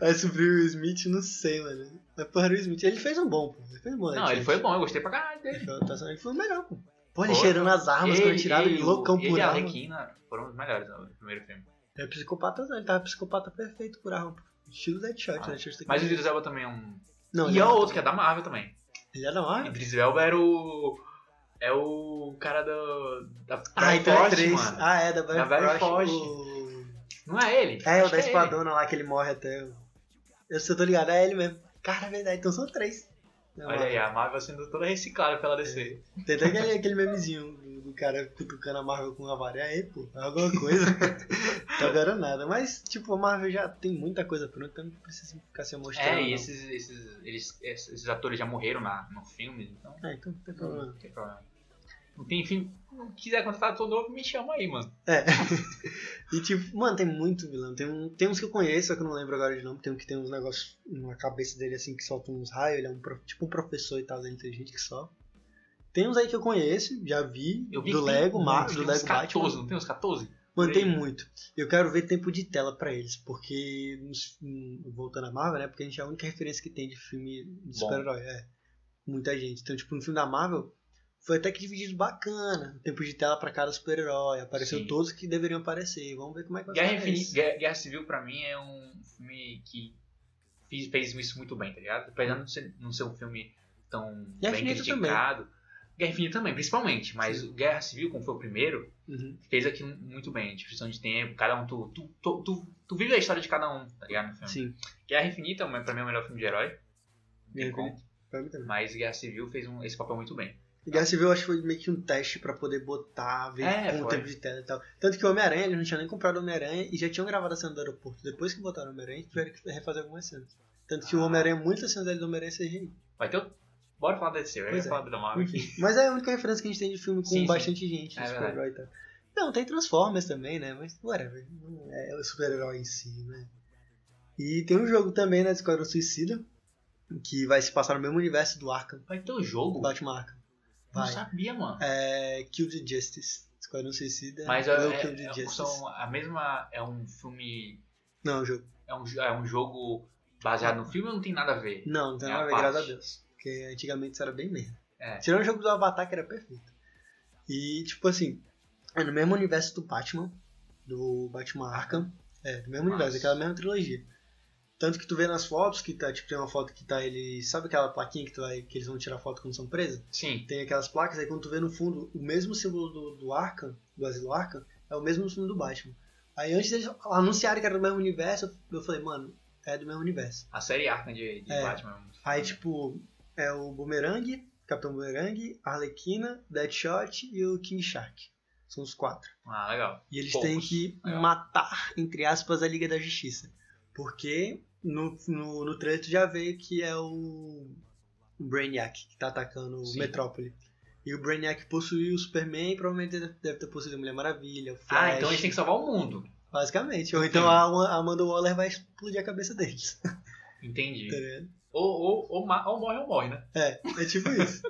Speaker 2: Mas supriu o Will Smith, não sei, mano. Mas porra, o Will Smith, ele fez um bom, pô. Ele fez um bom, né?
Speaker 1: Não, ele
Speaker 2: Tchante?
Speaker 1: foi bom, eu gostei pra caralho dele.
Speaker 2: Ele foi uma atuação- Ele foi o melhor, pô. Pô, ele
Speaker 1: Foi,
Speaker 2: cheirando as armas Ah, quando tiraram ele
Speaker 1: o-
Speaker 2: loucão
Speaker 1: ele é
Speaker 2: por
Speaker 1: e a
Speaker 2: arma.
Speaker 1: Arlequina foram os melhores no primeiro filme.
Speaker 2: É psicopata, não. Ele tava psicopata perfeito por arma. pô. Estilo Deadshot,
Speaker 1: Ah,
Speaker 2: né? Deixa eu ver se
Speaker 1: Mas o
Speaker 2: tem-
Speaker 1: Idris Elba também é um...
Speaker 2: Não,
Speaker 1: e
Speaker 2: ele
Speaker 1: é
Speaker 2: é
Speaker 1: o outro, que é da Marvel também.
Speaker 2: Ele é da Marvel.
Speaker 1: Idris Elba era o... É o cara do. Da
Speaker 2: Ah,
Speaker 1: Brian
Speaker 2: então é
Speaker 1: Frost,
Speaker 2: 3.
Speaker 1: mano.
Speaker 2: Ah, é, da
Speaker 1: Da Barry
Speaker 2: Barry Frost.
Speaker 1: Frost.
Speaker 2: o-
Speaker 1: Não é ele? Acho
Speaker 2: É, o da
Speaker 1: que ele.
Speaker 2: espadona lá que ele morre até. Eu só tô ligado, é ele mesmo. Cara, é verdade, então são três. Não,
Speaker 1: Olha aí, a Marvel sendo toda reciclada pela DC.
Speaker 2: Tem até aquele, aquele memezinho do- do cara cutucando a Marvel com a vara. E aí, pô, É alguma
Speaker 1: [LAUGHS]
Speaker 2: coisa. Até Agora nada. Mas, tipo, a Marvel já tem muita coisa pronta, então não precisa ficar se mostrando.
Speaker 1: É, e
Speaker 2: não.
Speaker 1: esses, esses, eles, esses atores já morreram na, no filme, então
Speaker 2: Ah, então não tem
Speaker 1: não
Speaker 2: problema.
Speaker 1: tem problema. Não tem, enfim, não quiser contratar ator novo, me chama aí, mano.
Speaker 2: É. E, tipo, mano, tem muito vilão. Tem, um, tem uns que eu conheço, só que eu não lembro agora de nome. Tem um que tem uns negócios na cabeça dele, assim, que solta uns raios. Ele é um, pro- tipo um professor e tal, ele é inteligente que só. Tem uns aí que eu conheço, já vi.
Speaker 1: Eu vi
Speaker 2: do
Speaker 1: que tem
Speaker 2: Lego,
Speaker 1: uns,
Speaker 2: Ma-
Speaker 1: tem
Speaker 2: do
Speaker 1: uns
Speaker 2: Lego
Speaker 1: 14,
Speaker 2: Batman.
Speaker 1: não tem uns 14?
Speaker 2: Mano, tem
Speaker 1: Por aí.
Speaker 2: muito. Eu quero ver tempo de tela pra eles, porque nos- hum, voltando à Marvel, né? Porque a gente é a única referência que tem de filme de
Speaker 1: Bom.
Speaker 2: super-herói, é. Muita gente. Então, tipo, no filme da Marvel foi até que dividido bacana, o tempo de tela pra cada super-herói, apareceu
Speaker 1: Sim.
Speaker 2: todos que deveriam aparecer. Vamos ver como é que vai
Speaker 1: Guerra,
Speaker 2: ficar
Speaker 1: Infini-
Speaker 2: isso.
Speaker 1: Guerra- Guerra Civil pra mim é um filme que fiz- fez isso muito bem, tá ligado? Apesar de não ser, não ser um filme tão
Speaker 2: Guerra
Speaker 1: bem
Speaker 2: Infinita também.
Speaker 1: criticado. Guerra Infinita também, principalmente, mas o Guerra Civil, como foi o primeiro,
Speaker 2: Uhum.
Speaker 1: fez aqui um, muito bem, de questão de tempo, cada um, tu, tu, tu, tu, tu vive a história de cada um, tá ligado? No filme.
Speaker 2: Sim.
Speaker 1: Guerra Infinita mas pra mim é o melhor filme de herói, não tem
Speaker 2: Guerra
Speaker 1: como,
Speaker 2: Pra mim também.
Speaker 1: mas Guerra Civil fez um- esse papel muito bem.
Speaker 2: E Guerra Civil eu acho que foi meio que um teste pra poder botar, ver
Speaker 1: É,
Speaker 2: com o
Speaker 1: foi.
Speaker 2: tempo de tela e tal. Tanto que o Homem-Aranha, eles não tinham nem comprado o Homem-Aranha e já tinham gravado a cena do aeroporto. Depois que botaram o Homem-Aranha, eles tiveram que refazer algumas cenas. Tanto que o
Speaker 1: Ah.
Speaker 2: Homem-Aranha, muitas cenas dele do Homem-Aranha é CGI.
Speaker 1: Vai ter o- Bora falar da DC, eu ia
Speaker 2: Pois é.
Speaker 1: falar da Marvel.
Speaker 2: Enfim. Mas é a única referência que a gente tem de filme com
Speaker 1: Sim, sim.
Speaker 2: bastante gente,
Speaker 1: É
Speaker 2: de super-herói e tal. Não, tem Transformers também, né? Mas, whatever. Não É o super-herói em si, né? E tem um jogo também, né? Esquadrão Suicida, que vai se passar no mesmo universo do Arkham,
Speaker 1: Vai ter o jogo?
Speaker 2: do Batman Arkham.
Speaker 1: Não
Speaker 2: Vai.
Speaker 1: sabia, mano.
Speaker 2: É Kill the Justice. Esquadrão Suicida.
Speaker 1: Mas é,
Speaker 2: é, o
Speaker 1: é-
Speaker 2: Kill the
Speaker 1: é-
Speaker 2: Justice.
Speaker 1: são a mesma. É um filme.
Speaker 2: Não, o jogo.
Speaker 1: É um, jo- é um jogo baseado no filme ou não tem nada a ver?
Speaker 2: Não, então não tem
Speaker 1: É
Speaker 2: nada a
Speaker 1: a
Speaker 2: ver, graças a
Speaker 1: parte.
Speaker 2: Deus. Porque antigamente isso era bem merda.
Speaker 1: É.
Speaker 2: Tirando o jogo do Avatar, que era perfeito. E, tipo assim, é no mesmo universo do Batman, do Batman Arkham. É, do mesmo
Speaker 1: Massa.
Speaker 2: universo, aquela mesma trilogia. Tanto que tu vê nas fotos que tá, tipo, tem uma foto que tá ele. Sabe aquela plaquinha que, tu vai, que eles vão tirar foto quando são presos?
Speaker 1: Sim.
Speaker 2: Tem aquelas placas, aí quando tu vê no fundo, o mesmo símbolo do, do Arkham, do Asilo Arkham, é o mesmo símbolo do Batman. Aí antes deles anunciarem que era do mesmo universo, eu falei, mano, é do mesmo universo.
Speaker 1: A série Arkham de, de
Speaker 2: É.
Speaker 1: Batman. é muito
Speaker 2: Aí,
Speaker 1: foda.
Speaker 2: tipo, é o Boomerang, Capitão Boomerang, Arlequina, Deadshot e o King Shark. São os quatro.
Speaker 1: Ah, legal.
Speaker 2: E eles
Speaker 1: Poucos.
Speaker 2: têm que
Speaker 1: É.
Speaker 2: matar, entre aspas, a Liga da Justiça. Porque no, no, no trailer tu já veio que é o Brainiac que tá atacando o
Speaker 1: Sim.
Speaker 2: Metrópole. E o Brainiac possuiu o Superman e provavelmente deve- deve ter possuído a Mulher Maravilha, o Flash.
Speaker 1: Ah, então eles têm que salvar o mundo.
Speaker 2: Basicamente. Ou então a Ama- a Amanda Waller vai explodir a cabeça deles.
Speaker 1: Entendi.
Speaker 2: Tá ligado?
Speaker 1: Ou, ou, ou, ma- ou morre ou morre, né?
Speaker 2: É, é tipo isso.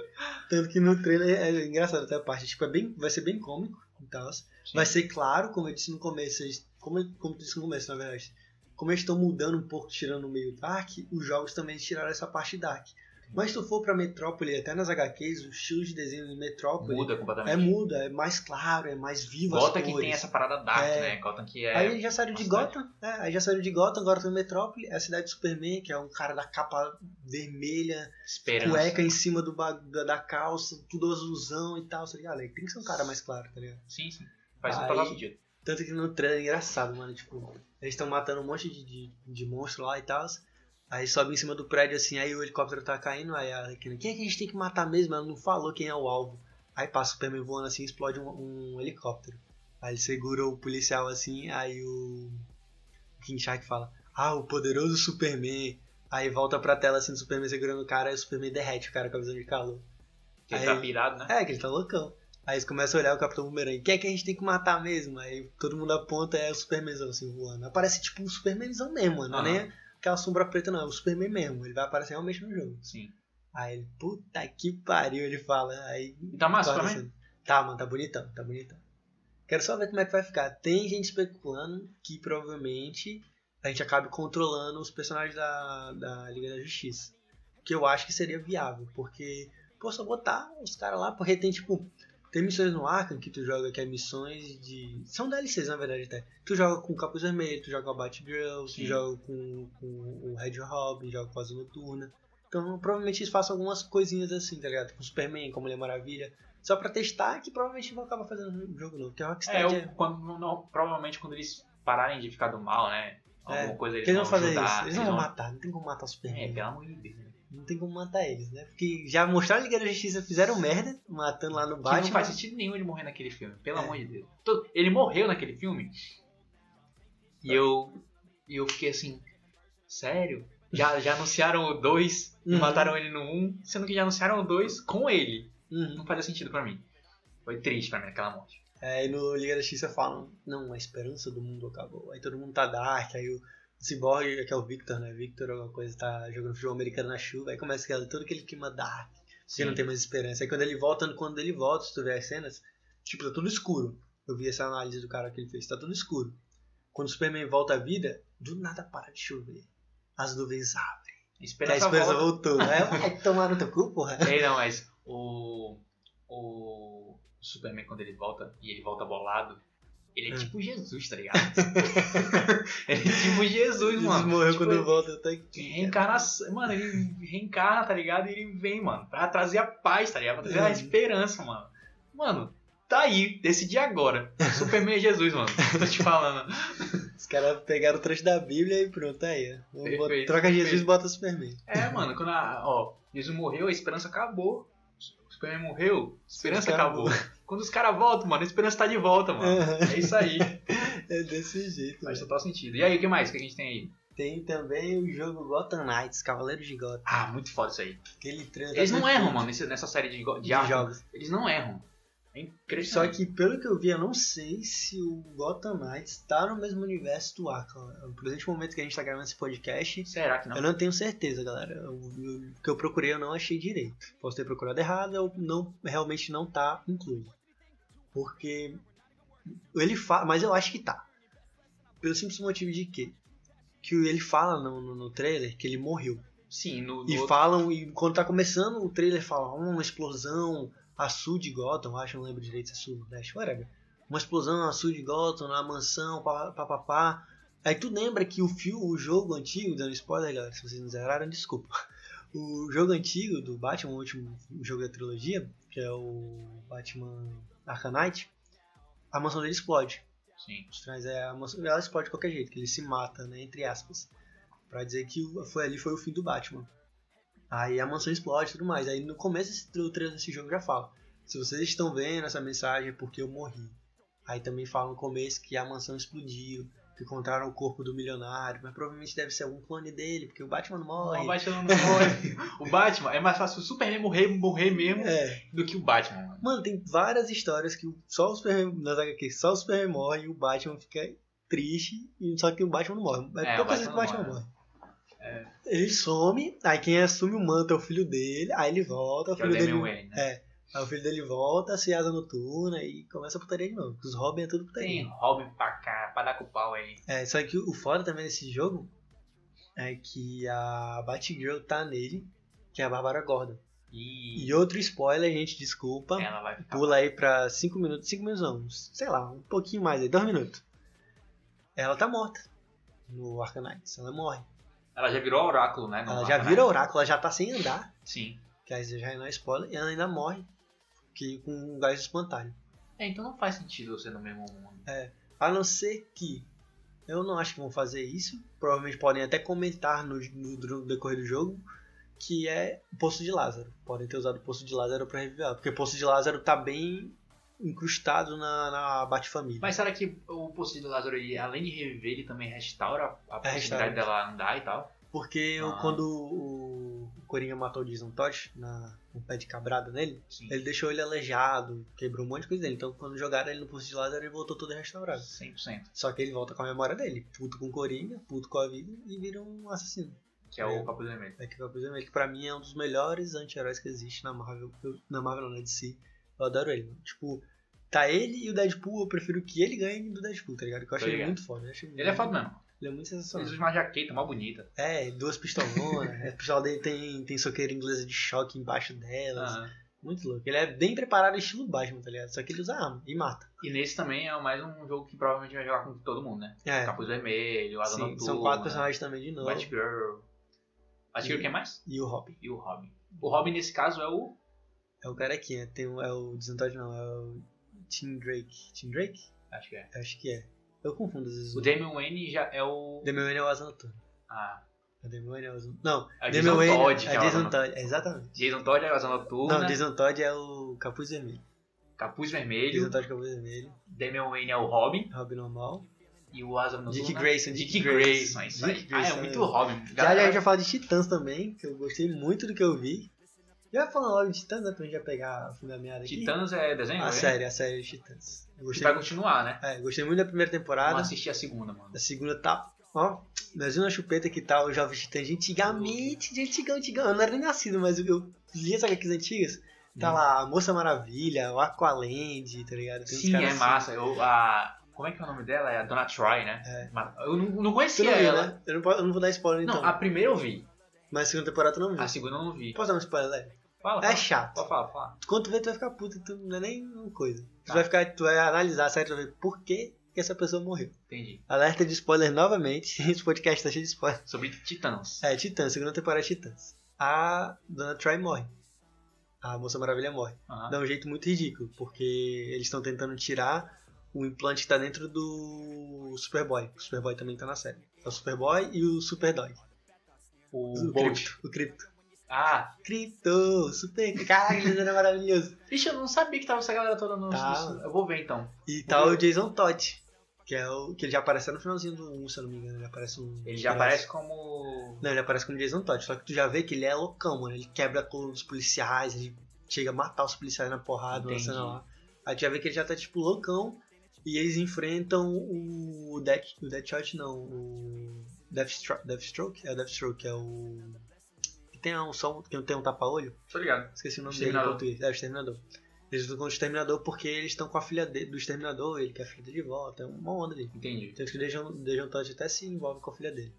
Speaker 2: Tanto que no trailer é engraçado até a parte. Tipo, é bem, vai ser bem cômico e tal. Vai ser claro, como eu disse no começo, eles- como, eu- como eu disse no começo, na verdade. Como eles estão mudando um pouco, tirando o meio Dark, os jogos também tiraram essa parte Dark. Mas se tu for pra Metrópole, até nas HQs, o estilo de desenho de Metrópole
Speaker 1: Muda
Speaker 2: é
Speaker 1: completamente.
Speaker 2: muda, é mais claro, é mais vivo
Speaker 1: Gotham
Speaker 2: as
Speaker 1: que
Speaker 2: cores.
Speaker 1: tem essa parada dark,
Speaker 2: É.
Speaker 1: né? Gotham que é.
Speaker 2: Aí eles já saíram de
Speaker 1: bastante.
Speaker 2: Gotham, né? Aí já saíram de Gotham, agora tem Metrópole, é a cidade do Superman, que é um cara da capa vermelha,
Speaker 1: esperança.
Speaker 2: cueca em cima do ba- da, da calça, tudo azulzão e tal, tá ligado? Aí tem que ser um cara mais claro, tá ligado?
Speaker 1: Sim, sim. Faz um
Speaker 2: Aí-
Speaker 1: total sentido.
Speaker 2: Tanto que no trailer é engraçado, mano, tipo, eles estão matando um monte de, de, de monstro lá e tal, aí sobe em cima do prédio assim, aí o helicóptero tá caindo, aí a Arlequina, quem é que a gente tem que matar mesmo? Ela não falou quem é o alvo. Aí passa o Superman voando assim, explode um, um helicóptero. Aí ele segura o policial assim, aí o King Shark fala, ah, o poderoso Superman. Aí volta pra tela assim, do Superman segurando o cara, aí o Superman derrete o cara com a visão de calor.
Speaker 1: Que ele
Speaker 2: Aí-
Speaker 1: tá pirado, né?
Speaker 2: É, que ele tá loucão. Aí eles começam a olhar o Capitão Boomerang. Quem é que a gente tem que matar mesmo? Aí todo mundo aponta é o Supermanzão assim voando. Aparece tipo um Supermanzão mesmo, mano. Não é nem aquela sombra preta, não. É o Superman mesmo. Ele vai aparecer realmente no jogo.
Speaker 1: Sim.
Speaker 2: Aí ele, puta que pariu, ele fala. Aí.
Speaker 1: E tá massa
Speaker 2: guarda
Speaker 1: também?
Speaker 2: assim. Tá, mano, tá bonitão, tá bonitão. Quero só ver como é que vai ficar. Tem gente especulando que provavelmente a gente acabe controlando os personagens da, da Liga da Justiça. Que eu acho que seria viável, porque, pô, só botar os caras lá, porque tem, tipo, tem missões no Arkham que tu joga, que é missões de. São DLCs, na verdade, até. Tu joga com o Capuz Vermelho, tu joga com a Batgirl,
Speaker 1: Sim.
Speaker 2: tu joga com, com o Red Robin, joga com a Asa Noturna. Então provavelmente eles façam algumas coisinhas assim, tá ligado? Com Superman, com Mulher Maravilha. Só pra testar que provavelmente vão acabar fazendo um jogo novo. Porque a Rockstar
Speaker 1: É,
Speaker 2: é,
Speaker 1: eu, quando, não- provavelmente quando eles pararem de ficar do mal, né? Alguma
Speaker 2: É,
Speaker 1: coisa eles,
Speaker 2: Porque eles vão fazer
Speaker 1: ajudar,
Speaker 2: isso. Eles não vão matar, não tem como matar o
Speaker 1: É,
Speaker 2: Superman.
Speaker 1: pelo amor de Deus. né?
Speaker 2: Não tem como matar eles, né? Porque já mostraram a Liga da Justiça, fizeram merda, matando lá no
Speaker 1: Que não
Speaker 2: Batman.
Speaker 1: faz sentido nenhum ele morrer naquele filme, pelo
Speaker 2: É.
Speaker 1: amor de Deus. Todo- Ele morreu naquele filme. E
Speaker 2: É.
Speaker 1: eu, e eu fiquei assim, sério? Já, já anunciaram o 2 e
Speaker 2: Uhum.
Speaker 1: mataram ele no 1, um, sendo que já anunciaram o 2 com ele.
Speaker 2: Uhum.
Speaker 1: Não fazia sentido pra mim. Foi triste pra mim aquela morte.
Speaker 2: Aí no Liga da Justiça falam, não, a esperança do mundo acabou. Aí todo mundo tá dark, aí o Cyborg, que é o Victor, né? Victor alguma coisa, tá jogando futebol americano na chuva. Aí começa aquela, todo aquele clima dark, que não tem mais esperança. Aí quando ele volta, quando ele volta, se tu ver as cenas, tipo, tá tudo escuro. Eu vi essa análise do cara que ele fez, tá tudo escuro. Quando o Superman volta à vida, do nada para de chover. As nuvens abrem.
Speaker 1: Espera
Speaker 2: a
Speaker 1: essa
Speaker 2: É, esperança
Speaker 1: volta. É,
Speaker 2: voltou. Aí [LAUGHS] vai tomar no teu cu, porra.
Speaker 1: Ei, É, não, mas o. O Superman, quando ele volta e ele volta bolado, ele é
Speaker 2: Hum.
Speaker 1: tipo Jesus, tá ligado? [LAUGHS] ele é tipo Jesus,
Speaker 2: Jesus
Speaker 1: mano.
Speaker 2: morreu
Speaker 1: Tipo,
Speaker 2: quando volta, tá aqui.
Speaker 1: Reencarnação, mano, ele reencarna, tá ligado? E ele vem, mano, pra trazer a paz, tá ligado? Pra trazer a
Speaker 2: Uhum.
Speaker 1: esperança, mano. Mano, tá aí, decidi agora. Superman é Jesus, mano. Tô te falando.
Speaker 2: Os caras pegaram o trecho da Bíblia e pronto, aí. ó. Vamos botar-
Speaker 1: Perfeito,
Speaker 2: troca Jesus e
Speaker 1: perfeito.
Speaker 2: bota Superman.
Speaker 1: É, mano, quando a. Ó, Jesus morreu, a esperança acabou. O Superman morreu, a esperança acabou.
Speaker 2: Acabou.
Speaker 1: [LAUGHS] Quando os caras voltam, mano, a esperança tá de volta, mano.
Speaker 2: Aham,
Speaker 1: É isso aí.
Speaker 2: é desse jeito.
Speaker 1: Faz
Speaker 2: velho.
Speaker 1: total sentido. E aí, o que mais que a gente tem aí?
Speaker 2: Tem também o jogo Gotham Knights, Cavaleiros de Gotham.
Speaker 1: Ah, muito foda isso aí.
Speaker 2: Aquele trailer tá
Speaker 1: Eles não
Speaker 2: perfeito
Speaker 1: erram, mano, nesse- nessa série de, go- de,
Speaker 2: É de
Speaker 1: arte.
Speaker 2: jogos.
Speaker 1: Eles não erram. É incrível.
Speaker 2: Só que pelo que eu vi, eu não sei se o Gotham Knights tá no mesmo universo do Arkham. No presente momento que a gente tá gravando esse podcast,
Speaker 1: Será que não?
Speaker 2: Eu não tenho certeza, galera. Eu- eu- O que eu procurei eu não achei direito. Posso ter procurado errado ou não, realmente não tá incluído. Porque ele fala, mas eu acho que tá. Pelo simples motivo de que que ele fala no, no, no trailer que ele morreu.
Speaker 1: Sim, no, no
Speaker 2: E
Speaker 1: outro-
Speaker 2: falam, e quando tá começando o trailer fala "Hum, uma explosão, a sul de Gotham, acho, não lembro direito se é sul, leste, whatever. Uma explosão, a sul de Gotham, na mansão, pá, pá, pá, pá. Aí tu lembra que o fio, o jogo antigo, dando spoiler, galera, se vocês não zeraram, desculpa. [LAUGHS] O jogo antigo do Batman, o último jogo da trilogia, que é o Batman Arkham Knight, a mansão dele explode.
Speaker 1: Sim.
Speaker 2: Os trans, é, a moça- ela explode de qualquer jeito, que ele se mata, né? Entre aspas. Pra dizer que o- foi ali foi o fim do Batman. Aí a mansão explode e tudo mais. Aí no começo desse- do treino desse jogo já fala. Se vocês estão vendo essa mensagem é porque eu morri. Aí também fala no começo que a mansão explodiu, que encontraram o corpo do milionário, mas provavelmente deve ser algum clone dele, porque o Batman não morre.
Speaker 1: O Batman não morre. [LAUGHS] o Batman é mais fácil o Superman morrer, morrer mesmo
Speaker 2: É.
Speaker 1: do que o Batman, mano.
Speaker 2: Mano, tem várias histórias que o- só o Superman, nas HQ, só o Superman morre e o Batman fica triste, e só que o Batman não morre. É,
Speaker 1: É, o
Speaker 2: pouca coisa que o
Speaker 1: Batman
Speaker 2: Batman
Speaker 1: não É.
Speaker 2: morre. Ele some, aí quem assume o manto é o filho dele, aí ele volta, o
Speaker 1: Que é o
Speaker 2: filho
Speaker 1: Damian
Speaker 2: dele.
Speaker 1: Wayne, né?
Speaker 2: É. Aí o filho dele volta, se asa noturna e começa a putaria de novo. Porque os Robin é tudo putaria.
Speaker 1: Tem Robin pra cá, pra dar com o pau aí.
Speaker 2: É, só que o foda também desse jogo é que a Batgirl tá nele, que é a Bárbara Gordon.
Speaker 1: E
Speaker 2: E outro spoiler, gente, desculpa.
Speaker 1: ela vai ficar.
Speaker 2: Pula aí pra 5 minutos, 5 minutos não, sei lá, um pouquinho mais aí, 2 minutos. Ela tá morta no Arcanites, ela morre.
Speaker 1: Ela já virou oráculo, né? no
Speaker 2: ela já
Speaker 1: Arcanine.
Speaker 2: vira oráculo, ela já tá sem andar,
Speaker 1: Sim.
Speaker 2: que aí já não é spoiler, e ela ainda morre que, com um gás de espantalho.
Speaker 1: É, então não faz sentido você no mesmo mundo.
Speaker 2: A não ser que eu não acho que vão fazer isso, provavelmente podem até comentar no, no, no decorrer do jogo, que é o Poço de Lázaro. Podem ter usado o Poço de Lázaro pra reviver, porque o Poço de Lázaro tá bem incrustado na, na Batfamília.
Speaker 1: Mas será que o Poço de Lázaro, ele, além de reviver, ele também restaura a
Speaker 2: É, restaura.
Speaker 1: possibilidade dela andar e tal?
Speaker 2: Porque o-
Speaker 1: Ah.
Speaker 2: quando o o Coringa matou o Jason Todd na com um pé de cabrada nele,
Speaker 1: Sim.
Speaker 2: ele deixou ele aleijado, quebrou um monte de coisa dele. Então quando jogaram ele no posto de Lázaro, ele voltou todo restaurado.
Speaker 1: 100%.
Speaker 2: Só que ele volta com a memória dele, puto com o Coringa, puto com a vida e vira um assassino.
Speaker 1: Que é
Speaker 2: É.
Speaker 1: o Papo do Elemento.
Speaker 2: É que, por exemplo, ele que pra mim é um dos melhores anti-heróis que existe na Marvel, eu- na Marvel não, na DC. Eu adoro ele, mano. Tipo, tá ele e o Deadpool, eu prefiro que ele ganhe do Deadpool, tá ligado? Que eu acho
Speaker 1: Tô
Speaker 2: ele
Speaker 1: ligado.
Speaker 2: muito foda. eu acho
Speaker 1: Ele é foda mesmo.
Speaker 2: Ele é muito
Speaker 1: Ele
Speaker 2: sensacional.
Speaker 1: usa uma jaqueta mó bonita.
Speaker 2: É, duas pistolonas. a pistola dele tem, tem soqueira inglesa de choque embaixo delas.
Speaker 1: Aham.
Speaker 2: Muito louco. Ele é bem preparado, estilo Batman, tá ligado? Só que ele usa arma e mata.
Speaker 1: E nesse também é mais um jogo que provavelmente vai jogar com todo mundo, né?
Speaker 2: É.
Speaker 1: Capuz Vermelho, Asa
Speaker 2: Sim,
Speaker 1: Noturna,
Speaker 2: são quatro personagens também de novo.
Speaker 1: Batgirl. Acho que quem mais?
Speaker 2: E o Robin.
Speaker 1: E o Robin. O Robin, nesse caso, é o.
Speaker 2: É o cara aqui, né? Tem, o- é o Desantódio, não, é o Tim Drake. Tim Drake?
Speaker 1: Acho que é.
Speaker 2: Eu acho que é. Eu confundo às vezes.
Speaker 1: O Damian Wayne já é o.
Speaker 2: Damian Wayne é o Asa Noturna.
Speaker 1: Ah,
Speaker 2: O Damian Wayne é o Asa Não,
Speaker 1: é o
Speaker 2: Damian
Speaker 1: Jason
Speaker 2: Wayne
Speaker 1: Todd.
Speaker 2: é
Speaker 1: que
Speaker 2: o
Speaker 1: é o
Speaker 2: Jason
Speaker 1: Asa Noturna.
Speaker 2: Todd, exatamente.
Speaker 1: Jason Todd é o Asa
Speaker 2: Não, o
Speaker 1: Noturna.
Speaker 2: Jason Todd é o Capuz Vermelho.
Speaker 1: Capuz
Speaker 2: Jason
Speaker 1: Vermelho.
Speaker 2: Todd Capuz Vermelho.
Speaker 1: Damian Wayne é o Robin.
Speaker 2: Robin normal.
Speaker 1: E o Asa Noturna. é
Speaker 2: Dick Grayson.
Speaker 1: né? Dick Grayson. é isso aí.
Speaker 2: Dick
Speaker 1: Ah,
Speaker 2: Grayson,
Speaker 1: é muito
Speaker 2: né?
Speaker 1: Robin.
Speaker 2: Já, já, já falo de Titãs também, que eu gostei muito do que eu vi. Já falando logo de Titãs, né? Pra gente já pegar o fim da meada aqui.
Speaker 1: Titãs é desenho?
Speaker 2: A
Speaker 1: né?
Speaker 2: série, a série de Titãs. Eu
Speaker 1: Que
Speaker 2: Ah, gostei,
Speaker 1: vai continuar, né?
Speaker 2: é, gostei muito da primeira temporada.
Speaker 1: Vamos assistir a segunda, mano.
Speaker 2: A segunda tá. Ó, Brasil na chupeta que tal, os jovens titãs de antigamente, de antigão, antigão. Eu não era nem nascido, mas eu, eu li as HQs antigas. Tá
Speaker 1: Hum.
Speaker 2: lá, a Moça Maravilha, o Aqualand, tá ligado? Tem uns
Speaker 1: Sim,
Speaker 2: caras
Speaker 1: é
Speaker 2: assim.
Speaker 1: massa. Eu, a... Como é que é o nome dela? É a Donna Troy, né? Mas Eu não, não
Speaker 2: Tu
Speaker 1: conhecia
Speaker 2: não viu,
Speaker 1: é ela.
Speaker 2: né? Eu não, posso- eu não vou dar spoiler então.
Speaker 1: Não, a primeira eu vi.
Speaker 2: Mas a segunda temporada tu não viu.
Speaker 1: A um segunda eu não vi.
Speaker 2: Posso dar um spoiler? leve?
Speaker 1: Fala,
Speaker 2: É
Speaker 1: fala.
Speaker 2: chato.
Speaker 1: Fala, fala, fala.
Speaker 2: Quando tu vê, tu vai ficar puto, tu não é nem uma coisa. Tu
Speaker 1: Tá.
Speaker 2: vai ficar, tu vai analisar a série, tu vai ver por que, que essa pessoa morreu.
Speaker 1: Entendi.
Speaker 2: Alerta de spoiler novamente. [LAUGHS] Esse podcast tá cheio de spoiler.
Speaker 1: Sobre Titãs.
Speaker 2: É, Titãs, segunda temporada de Titãs. A Dona Troy morre. A Moça Maravilha morre.
Speaker 1: Aham.
Speaker 2: Dá um jeito muito ridículo, porque eles estão tentando tirar o implante que tá dentro do Superboy. O Superboy também tá na série. É o Superboy e o Superdog.
Speaker 1: O Bolt.
Speaker 2: Cripto. O Cripto.
Speaker 1: Ah,
Speaker 2: Cripto, Super. Caraca, que desenho maravilhoso.
Speaker 1: ixi, eu não sabia que tava essa galera toda no.
Speaker 2: Tá.
Speaker 1: no- Eu vou ver então.
Speaker 2: E tá o Jason Todd, que é o que ele já aparece lá no finalzinho do 1, se eu não me engano. Ele aparece um.
Speaker 1: Ele já aparece como.
Speaker 2: Não, ele aparece como Jason Todd, só que tu já vê que ele é loucão, mano. Ele quebra a coluna dos policiais, ele chega a matar os policiais na porrada,
Speaker 1: Entendi.
Speaker 2: lançando lá. Aí tu já vê que ele já tá, tipo, loucão. E eles enfrentam o Death, o Deathshot, não, o Deathstroke, Deathstroke? É o Deathstroke, é o... Que tem um som, que tem um tapa-olho?
Speaker 1: Tô ligado.
Speaker 2: Esqueci o nome dele em
Speaker 1: Exterminador.
Speaker 2: português. É, o Exterminador. Eles lutam com o Exterminador porque eles estão com a filha de- do Exterminador, ele quer a filha dele de volta, é uma onda ali.
Speaker 1: Entendi.
Speaker 2: Tanto que o Dejan, Dejan Todd até se envolve com a filha dele.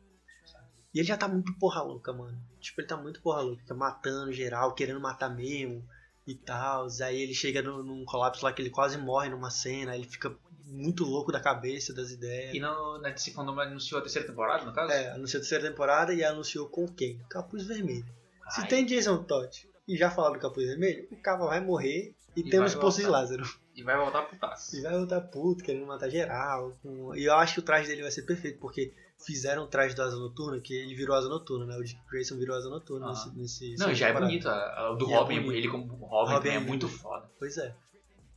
Speaker 2: E ele já tá muito porra louca, mano. Tipo, ele tá muito porra louca. Fica matando geral, querendo matar mesmo e tal. Aí ele chega no- num colapso lá que ele quase morre numa cena. Aí ele fica muito louco da cabeça, das ideias.
Speaker 1: E no, na DC Fandom anunciou a terceira temporada, no caso?
Speaker 2: É, anunciou a terceira temporada e anunciou com quem? Capuz Vermelho. Se
Speaker 1: Ai,
Speaker 2: tem Jason Todd e já falaram do Capuz Vermelho, o cara vai morrer e,
Speaker 1: E
Speaker 2: temos
Speaker 1: vai
Speaker 2: Poço de
Speaker 1: voltar.
Speaker 2: Lázaro.
Speaker 1: E vai voltar pro Tassi.
Speaker 2: E vai voltar puto, querendo matar geral. com- E eu acho que o traje dele vai ser perfeito, porque fizeram o traje do Asa Noturna, que ele virou Asa Noturna, né? O Dick Grayson virou Asa Noturna
Speaker 1: Ah.
Speaker 2: nesse, nesse.
Speaker 1: Não,
Speaker 2: nessa
Speaker 1: já é
Speaker 2: temporada.
Speaker 1: bonito. a- a- O do
Speaker 2: E é
Speaker 1: Robin,
Speaker 2: bonito.
Speaker 1: ele como Robin,
Speaker 2: Robin
Speaker 1: também é
Speaker 2: é
Speaker 1: muito
Speaker 2: lindo.
Speaker 1: foda.
Speaker 2: Pois é.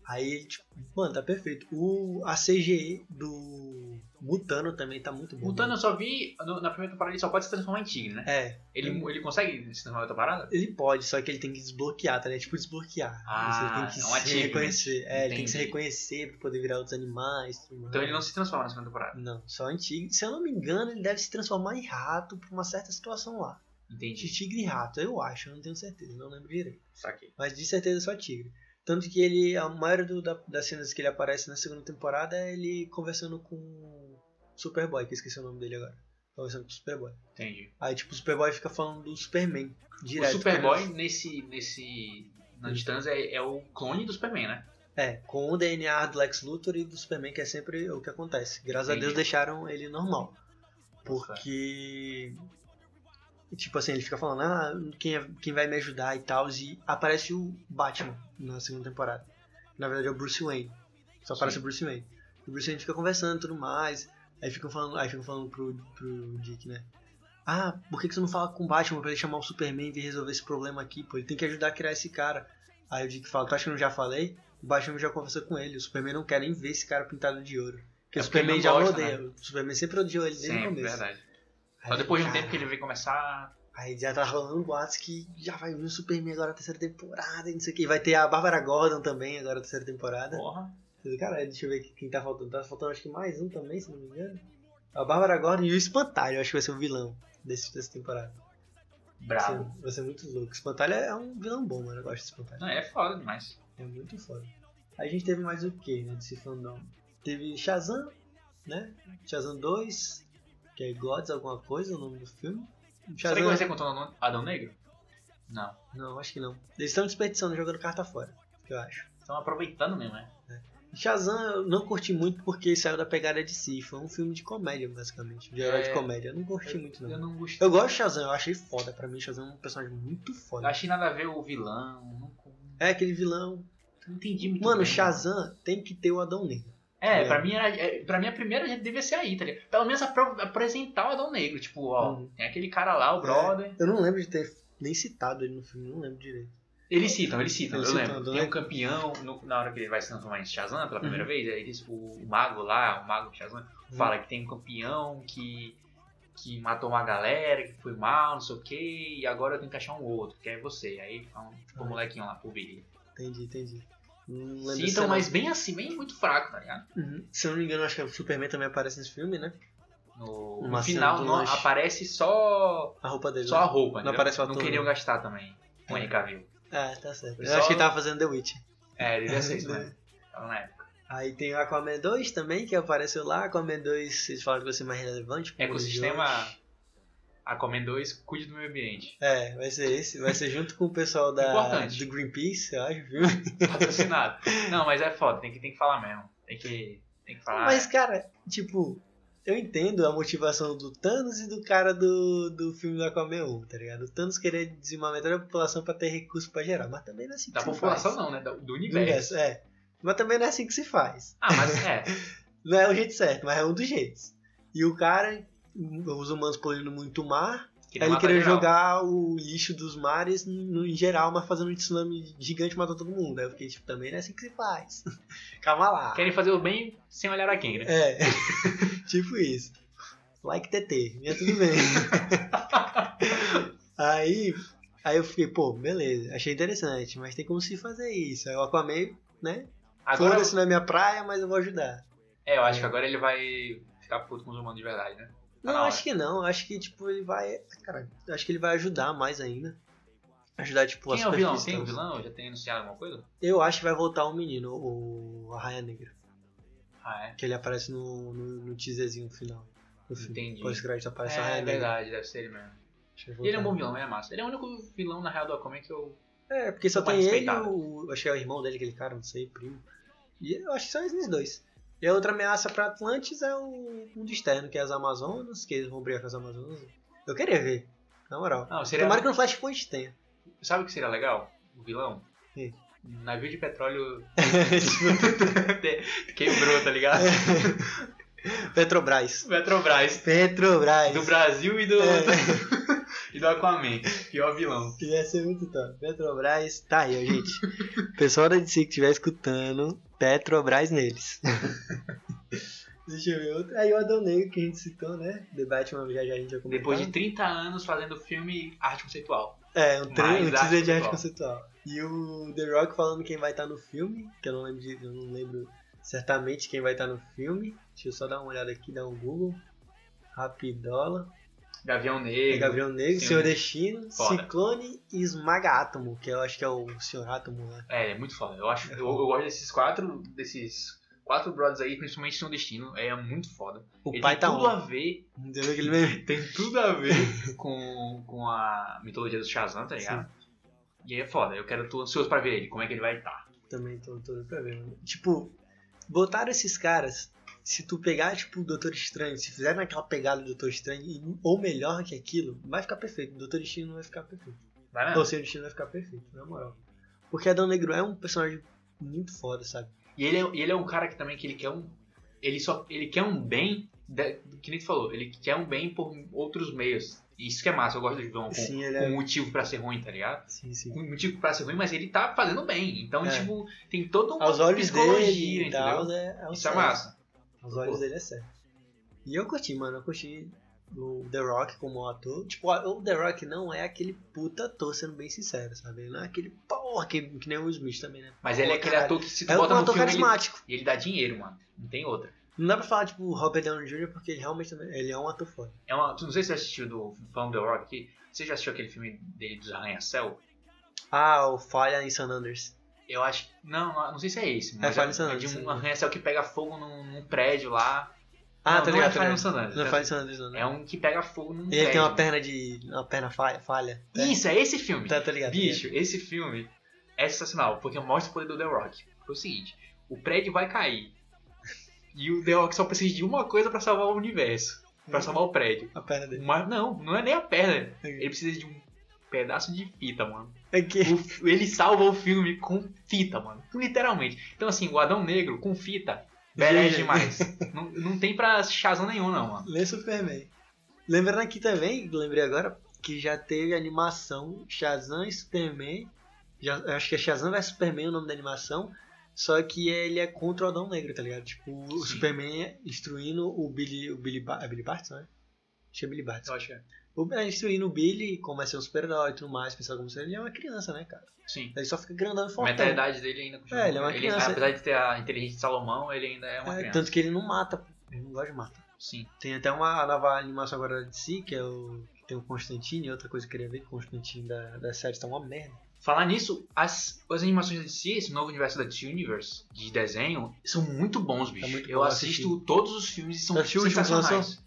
Speaker 2: Aí, tipo, mano, tá perfeito. O, a CGE do Mutano também tá muito bom.
Speaker 1: Mutano, eu só vi no- na primeira temporada ele só pode se transformar em tigre, né?
Speaker 2: né? É,
Speaker 1: Ele, ele consegue se transformar em outra parada?
Speaker 2: ele pode, só que ele tem que desbloquear, tá? ligado? É tipo desbloquear.
Speaker 1: Ah,
Speaker 2: Você tem
Speaker 1: é um
Speaker 2: que se
Speaker 1: achievement.
Speaker 2: reconhecer. É, ele tem que se
Speaker 1: Entendi.
Speaker 2: reconhecer pra poder virar outros animais. tudo mais.
Speaker 1: Então ele não se transforma na segunda temporada.
Speaker 2: Não, só antigo. Se eu não me engano, ele deve se transformar em rato por uma certa situação lá. De
Speaker 1: Entendi.
Speaker 2: tigre e rato, eu acho, eu não tenho certeza, não lembro direito.
Speaker 1: Saquei.
Speaker 2: Mas de certeza só tigre. Tanto que ele, a maioria do- da- das cenas que ele aparece na segunda temporada é ele conversando com o Superboy, que eu esqueci o nome dele agora. Conversando com o Superboy.
Speaker 1: Entendi.
Speaker 2: Aí, tipo, o Superboy fica falando do Superman direto.
Speaker 1: o Superboy nesse. nesse. Na Titãs é, é o clone do Superman, né?
Speaker 2: É, com o DNA do Lex Luthor e do Superman, que é sempre o que acontece. Graças a
Speaker 1: Entendi.
Speaker 2: Deus deixaram ele normal. Porque. Tipo assim, ele fica falando, ah, quem, é- quem vai me ajudar e tal. E aparece o Batman na segunda temporada. Na verdade é o Bruce Wayne. Só aparece
Speaker 1: Sim.
Speaker 2: o Bruce Wayne. O Bruce Wayne fica conversando e tudo mais. Aí ficam falando, aí ficam falando pro, pro Dick, né? Ah, por que, que você não fala com o Batman pra ele chamar o Superman e resolver esse problema aqui? Pô, ele tem que ajudar a criar esse cara. Aí o Dick fala, tu acha que eu não já falei? O Batman já conversou com ele. O Superman não quer nem ver esse cara pintado de ouro. Porque
Speaker 1: É
Speaker 2: o
Speaker 1: porque ele
Speaker 2: Superman
Speaker 1: não
Speaker 2: já
Speaker 1: gosta, né?
Speaker 2: odeia. O Superman sempre odiou ele é um desde o
Speaker 1: Sempre,
Speaker 2: começo.
Speaker 1: verdade.
Speaker 2: Aí
Speaker 1: Só depois de um
Speaker 2: cara,
Speaker 1: tempo que ele veio começar.
Speaker 2: Aí já tá rolando boatos que já vai vir o Superman agora na terceira temporada e não sei o que. Vai ter a Bárbara Gordon também agora na terceira temporada.
Speaker 1: Porra.
Speaker 2: Cara, deixa eu ver quem tá faltando. Tá faltando acho que mais um também, se não me engano. A Bárbara Gordon e o Espantalho, acho que vai ser o vilão desse, dessa temporada. Vai ser,
Speaker 1: Bravo.
Speaker 2: vai ser muito louco. O Espantalho é um vilão bom, mano. Eu gosto do Espantalho.
Speaker 1: Não, é foda demais.
Speaker 2: É muito foda. A gente teve mais o que, né, desse fandom? Teve Shazam, né? Shazam 2, que é Gods alguma coisa, o nome do filme.
Speaker 1: Será que vai ser contra o Adão- Adão Negro? Não.
Speaker 2: Não, acho que não. Eles estão desperdiçando, jogando carta fora, eu acho.
Speaker 1: Estão aproveitando Então, mesmo, né?
Speaker 2: Shazam eu não curti muito porque saiu da pegada de si. Foi um filme de comédia, basicamente. De herói
Speaker 1: É.
Speaker 2: de comédia. Eu não curti
Speaker 1: Eu-
Speaker 2: muito,
Speaker 1: Eu
Speaker 2: não.
Speaker 1: não gostei.
Speaker 2: Eu gosto de Shazam, eu achei foda. Pra mim, Shazam é um personagem muito
Speaker 1: Eu
Speaker 2: foda.
Speaker 1: achei nada a ver o vilão. Não,
Speaker 2: É aquele vilão.
Speaker 1: não entendi muito.
Speaker 2: Mano,
Speaker 1: bem.
Speaker 2: Shazam tem que ter o Adão Negro.
Speaker 1: É,
Speaker 2: É.
Speaker 1: pra mim, era, é, pra mim a primeira já devia ser aí, tá ligado? Pelo menos apro- apresentar o Adão Negro. Tipo, ó,
Speaker 2: Uhum.
Speaker 1: tem aquele cara lá, o brother.
Speaker 2: Eu não lembro de ter nem citado ele no filme, não lembro direito.
Speaker 1: Eles citam, eles citam,
Speaker 2: Eles
Speaker 1: eu
Speaker 2: citam né? o
Speaker 1: lembro.
Speaker 2: Adão
Speaker 1: Tem um
Speaker 2: Negro.
Speaker 1: campeão, no- na hora que ele vai se transformar em Shazam pela primeira
Speaker 2: Uhum.
Speaker 1: vez, aí eles, o, o mago lá, o mago Shazam, fala que tem um campeão que, que matou uma galera, que foi mal, não sei o quê, e agora eu tenho que achar um outro, que é você. Aí fala, tipo, o
Speaker 2: Ah.
Speaker 1: molequinho lá, pro Billy.
Speaker 2: Entendi, entendi. Não lembro se
Speaker 1: Citam,
Speaker 2: era-
Speaker 1: mas bem assim, bem muito fraco, tá ligado?
Speaker 2: Uhum. Se eu não me engano, acho que o Superman também aparece nesse filme, né?
Speaker 1: No,
Speaker 2: Uma
Speaker 1: no
Speaker 2: cena
Speaker 1: final
Speaker 2: do
Speaker 1: não,
Speaker 2: lanche.
Speaker 1: aparece só,
Speaker 2: A roupa dele. né?
Speaker 1: só a roupa.
Speaker 2: Não
Speaker 1: entendeu?
Speaker 2: aparece o ator,
Speaker 1: Não queriam
Speaker 2: né?
Speaker 1: gastar também. O Henry Cavill.
Speaker 2: Ah, tá certo. Eu
Speaker 1: Só-
Speaker 2: acho que ele tava fazendo The Witch.
Speaker 1: É, ele ia ser
Speaker 2: [LAUGHS]
Speaker 1: isso mesmo. é. Tava na época.
Speaker 2: Aí tem o Aquaman 2 também, que apareceu lá. Aquaman 2, vocês falaram que vai ser mais
Speaker 1: É,
Speaker 2: relevante. pro
Speaker 1: Ecossistema
Speaker 2: mundo de hoje.
Speaker 1: A Comen 2 cuide do meio ambiente.
Speaker 2: É, vai ser esse. Vai ser junto com o pessoal da,
Speaker 1: Importante.
Speaker 2: do Greenpeace, eu acho, viu? [LAUGHS]
Speaker 1: Patrocinado. não, mas é foda, tem que, tem que falar mesmo. Tem que, tem que falar.
Speaker 2: Mas, cara, tipo, eu entendo a motivação do Thanos e do cara do, do filme do Aquaman 1, tá ligado? O Thanos querer dizimar metade da população pra ter recurso pra gerar, mas também não é assim que
Speaker 1: da
Speaker 2: se
Speaker 1: população
Speaker 2: faz.
Speaker 1: não, né? Da- Do,
Speaker 2: Do
Speaker 1: universo.
Speaker 2: universo, é. Mas também não é assim que se faz.
Speaker 1: Ah, mas
Speaker 2: [LAUGHS]
Speaker 1: é.
Speaker 2: Não é o jeito certo, mas é um dos jeitos. E o cara, os humanos poluindo muito o mar,
Speaker 1: Que
Speaker 2: aí ele
Speaker 1: mata
Speaker 2: queria
Speaker 1: geral.
Speaker 2: jogar o lixo dos mares no, em geral, mas fazendo um tsunami gigante matando todo mundo. Aí eu fiquei, tipo, também não é assim que se faz. [LAUGHS] Calma lá.
Speaker 1: Querem fazer o bem sem olhar a quem, né?
Speaker 2: É, [LAUGHS] tipo isso. Like TT, minha
Speaker 1: [LAUGHS]
Speaker 2: tudo bem. aí, aí eu fiquei, pô, beleza, achei interessante, mas tem como se fazer isso. Aí o Aquaman, né?
Speaker 1: Agora,
Speaker 2: Foda-se na minha praia, mas eu vou ajudar.
Speaker 1: é, eu acho que agora ele vai ficar puto com os humanos de verdade, né?
Speaker 2: Não,
Speaker 1: na hora.
Speaker 2: acho que não, acho que, tipo, ele vai. Cara, acho que ele vai ajudar mais ainda. Ajudar, tipo,
Speaker 1: Quem
Speaker 2: a
Speaker 1: é o vilão? Tem o
Speaker 2: superfície, tá?
Speaker 1: vilão? Já tem anunciado alguma coisa?
Speaker 2: Eu acho que vai voltar o menino, o Arraia Negra.
Speaker 1: Ah, é.
Speaker 2: Que ele aparece no, no, no teaserzinho final. do filme.
Speaker 1: Entendi.
Speaker 2: Pós-crédito aparece o
Speaker 1: é,
Speaker 2: Arraia
Speaker 1: é
Speaker 2: Negra.
Speaker 1: verdade, deve ser ele mesmo.
Speaker 2: Acho que vai
Speaker 1: E ele é um
Speaker 2: voltar.
Speaker 1: bom vilão, ele é massa. Ele é o único vilão na real do Aquaman que eu.
Speaker 2: É, porque só
Speaker 1: Uma
Speaker 2: tem ele,
Speaker 1: respeitada.
Speaker 2: o, acho que é o irmão dele, aquele cara, não sei, primo. E eu acho que são esses dois. E a outra ameaça pra Atlantis é o mundo externo, que é as Amazonas, que eles vão brigar com as Amazonas. Eu queria ver, na moral.
Speaker 1: Não, seria.
Speaker 2: Tomara que no Flashpoint tenha.
Speaker 1: Sabe o que seria legal? O vilão?
Speaker 2: Sim.
Speaker 1: Um navio de
Speaker 2: [LAUGHS]
Speaker 1: petróleo
Speaker 2: Tipo,
Speaker 1: quebrou, tá ligado?
Speaker 2: É. Petrobras.
Speaker 1: [LAUGHS] Petrobras.
Speaker 2: Petrobras.
Speaker 1: Do Brasil e do.
Speaker 2: É,
Speaker 1: [LAUGHS] e do Aquaman. Pior vilão.
Speaker 2: ia ser muito top. Petrobras. Tá aí, ó, gente.
Speaker 1: [LAUGHS]
Speaker 2: Pessoal da DC que estiver escutando,
Speaker 1: [LAUGHS]
Speaker 2: Petrobras neles. Deixa eu ver outro. Aí o Adão Negro que a gente citou, né? The Batman já, já a gente já comentou.
Speaker 1: Depois de 30 anos fazendo filme arte conceitual.
Speaker 2: É, um, tre-
Speaker 1: Mais
Speaker 2: um teaser
Speaker 1: arte
Speaker 2: de arte
Speaker 1: conceitual.
Speaker 2: conceitual. E o The Rock falando quem vai estar no filme, que eu não lembro, de- eu não lembro certamente quem vai estar no filme. Deixa eu só dar uma olhada aqui, dar um Google. Rapidola.
Speaker 1: Gavião
Speaker 2: É
Speaker 1: Negro.
Speaker 2: Gabriel Negro,
Speaker 1: Sim.
Speaker 2: Senhor Destino,
Speaker 1: um- Foda.
Speaker 2: Ciclone e Esmaga Átomo, que eu acho que é o Senhor Átomo lá.
Speaker 1: É, é muito foda. Eu acho. Eu, eu gosto desses quatro. Desses quatro brothers aí, principalmente São Destino. É muito foda.
Speaker 2: O
Speaker 1: Ele
Speaker 2: pai
Speaker 1: tem
Speaker 2: tá
Speaker 1: tudo
Speaker 2: on.
Speaker 1: a ver
Speaker 2: Deu ver aquele meme?
Speaker 1: tem tudo a
Speaker 2: [LAUGHS]
Speaker 1: ver com, com a mitologia do Shazam, tá ligado? E aí é foda, eu quero, tô ansioso pra ver ele, como é que ele vai estar.
Speaker 2: Também tô todo pra ver. mano. Tipo, botaram esses caras. Se tu pegar, tipo, o Doutor Estranho, se fizer naquela pegada do Doutor Estranho, e- ou melhor que aquilo, vai ficar perfeito. O Doutor Estranho não vai ficar perfeito.
Speaker 1: Vai
Speaker 2: Ah.
Speaker 1: mesmo?
Speaker 2: Ou seja, o destino vai ficar perfeito, na moral. Porque Adão Negro é um personagem muito foda, sabe?
Speaker 1: E ele é, e ele é um cara que também que ele quer um. Ele só. Ele quer um bem. da- que nem tu falou, ele quer um bem por outros meios. E isso que é massa, eu gosto de ver um, com,
Speaker 2: Sim, ele
Speaker 1: com
Speaker 2: é.
Speaker 1: motivo pra ser ruim, tá ligado?
Speaker 2: Sim, sim.
Speaker 1: Com motivo pra ser ruim, mas ele tá fazendo bem. Então,
Speaker 2: É.
Speaker 1: tipo, tem todo um.
Speaker 2: Aos olhos
Speaker 1: psicologia,
Speaker 2: dele e tal,
Speaker 1: entendeu?
Speaker 2: é, é o
Speaker 1: Isso é
Speaker 2: certo.
Speaker 1: massa.
Speaker 2: Aos olhos
Speaker 1: Pô.
Speaker 2: dele é certo. E eu curti, mano. Eu curti o The Rock como ator. Tipo, o The Rock não é aquele puta ator, sendo bem sincero, sabe? Ele não é aquele porra que, que nem o Will Smith também, né?
Speaker 1: Mas ele é aquele
Speaker 2: Caralho.
Speaker 1: ator que se tu
Speaker 2: É um
Speaker 1: bota no
Speaker 2: ator
Speaker 1: filme. Ele,
Speaker 2: carismático.
Speaker 1: e ele dá dinheiro, mano. Não tem outra.
Speaker 2: Não dá pra falar, tipo, o Robert Downey Jr., porque ele realmente também, ele é um ator foda.
Speaker 1: É uma, tu não sei se você assistiu do Falando The Rock aqui. Você já assistiu aquele filme dele dos Arranha-Céu?
Speaker 2: Ah, o Falha em San Andreas.
Speaker 1: Eu acho. Não, não, não sei se é esse. Mas
Speaker 2: Fire in San
Speaker 1: é,
Speaker 2: Andreas,
Speaker 1: de
Speaker 2: sim.
Speaker 1: um arranha-céu que pega fogo num, num prédio lá.
Speaker 2: Ah,
Speaker 1: não,
Speaker 2: tá
Speaker 1: não é
Speaker 2: ligado? tá ligado.
Speaker 1: Fire in San Andreas,
Speaker 2: Não é
Speaker 1: tá?
Speaker 2: Falha em San Andreas, não. né?
Speaker 1: É um que pega fogo num
Speaker 2: E ele tem
Speaker 1: prédio.
Speaker 2: uma perna de. uma perna falha. falha.
Speaker 1: Isso, é esse filme.
Speaker 2: Tá, tá ligado?
Speaker 1: Bicho, esse filme é sensacional, porque mostra o poder do The Rock. Foi o seguinte: o prédio vai cair. E o The Rock só precisa de uma coisa pra salvar o universo. Pra
Speaker 2: Hum.
Speaker 1: salvar o prédio.
Speaker 2: A perna dele.
Speaker 1: Mas não, não é nem a perna.
Speaker 2: Uhum.
Speaker 1: Ele precisa de um pedaço de fita, mano.
Speaker 2: Aqui.
Speaker 1: O- ele salva o filme com fita, mano. Literalmente. Então, assim, o Adão Negro com fita, beleza
Speaker 2: Gênio. [LAUGHS]
Speaker 1: demais. não, não tem pra chazão nenhum, não, mano.
Speaker 2: Lê Superman. Lembrando aqui também, lembrei agora, que já teve animação Shazam e Superman. Já, eu acho que é Shazam vs Superman o nome da animação. Só que ele é contra o Adão Negro, tá ligado? Tipo, o
Speaker 1: Sim.
Speaker 2: Superman instruindo o Billy. O Billy, Ba- é Billy Barton, né? Acho que é Billy Barton.
Speaker 1: Eu acho que é.
Speaker 2: O, é, instruindo o Billy como é ser um super-herói e tudo mais, pensar como se ele é uma criança, né, cara?
Speaker 1: Sim.
Speaker 2: Ele só fica grandão e
Speaker 1: A
Speaker 2: fortão.
Speaker 1: mentalidade dele ainda continua.
Speaker 2: É, ele é uma criança.
Speaker 1: apesar de ter a inteligência de Salomão, ele ainda é uma
Speaker 2: É,
Speaker 1: criança.
Speaker 2: tanto que ele não mata, pô. ele não gosta de matar.
Speaker 1: Sim.
Speaker 2: Tem até uma nova animação agora de si, que é o. que Tem o Constantine, e outra coisa que eu queria ver, que o Constantine da, da série tá uma merda.
Speaker 1: Falar nisso, as, as animações da DC, esse novo universo da DC Universe de desenho, são muito bons, bicho.
Speaker 2: É muito
Speaker 1: eu
Speaker 2: bom
Speaker 1: assisto todos os filmes e são
Speaker 2: Tu assistiu o último que
Speaker 1: sensacionais.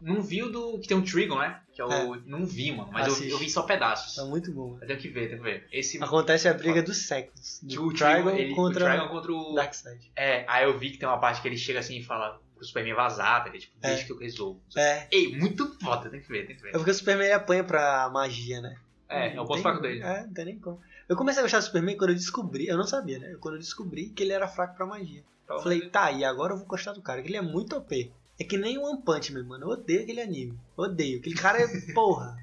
Speaker 1: Não vi o do que tem um Trigon, né? Que eu
Speaker 2: É.
Speaker 1: não vi, mano, mas eu,
Speaker 2: Assiste.
Speaker 1: eu vi só pedaços.
Speaker 2: Tá muito bom. né?
Speaker 1: Eu tenho que ver, tenho que ver. Esse
Speaker 2: Acontece a briga dos séculos.
Speaker 1: que
Speaker 2: Do
Speaker 1: o Trigon é um
Speaker 2: Trigon
Speaker 1: ele-
Speaker 2: contra
Speaker 1: o Trigon contra o
Speaker 2: o Darkseid.
Speaker 1: É, aí eu vi que tem uma parte que ele chega assim e fala pro Superman vazar, tá? ligado? tipo,
Speaker 2: É.
Speaker 1: deixa que eu resolvo.
Speaker 2: É.
Speaker 1: Ei, muito foda, tem que ver, tem que
Speaker 2: É
Speaker 1: ver.
Speaker 2: porque o Superman ele apanha pra magia, né?
Speaker 1: É, é o
Speaker 2: Não
Speaker 1: ponto
Speaker 2: tem-
Speaker 1: fraco dele.
Speaker 2: É, não tem nem como. Eu comecei a gostar do Superman quando eu descobri, eu não sabia, né? Quando eu descobri que ele era fraco pra magia. Eu falei, tá, e agora eu vou gostar do cara, que ele é muito OP. É que nem o One Punch Man, mano. Eu odeio aquele anime. Odeio. Aquele cara é porra.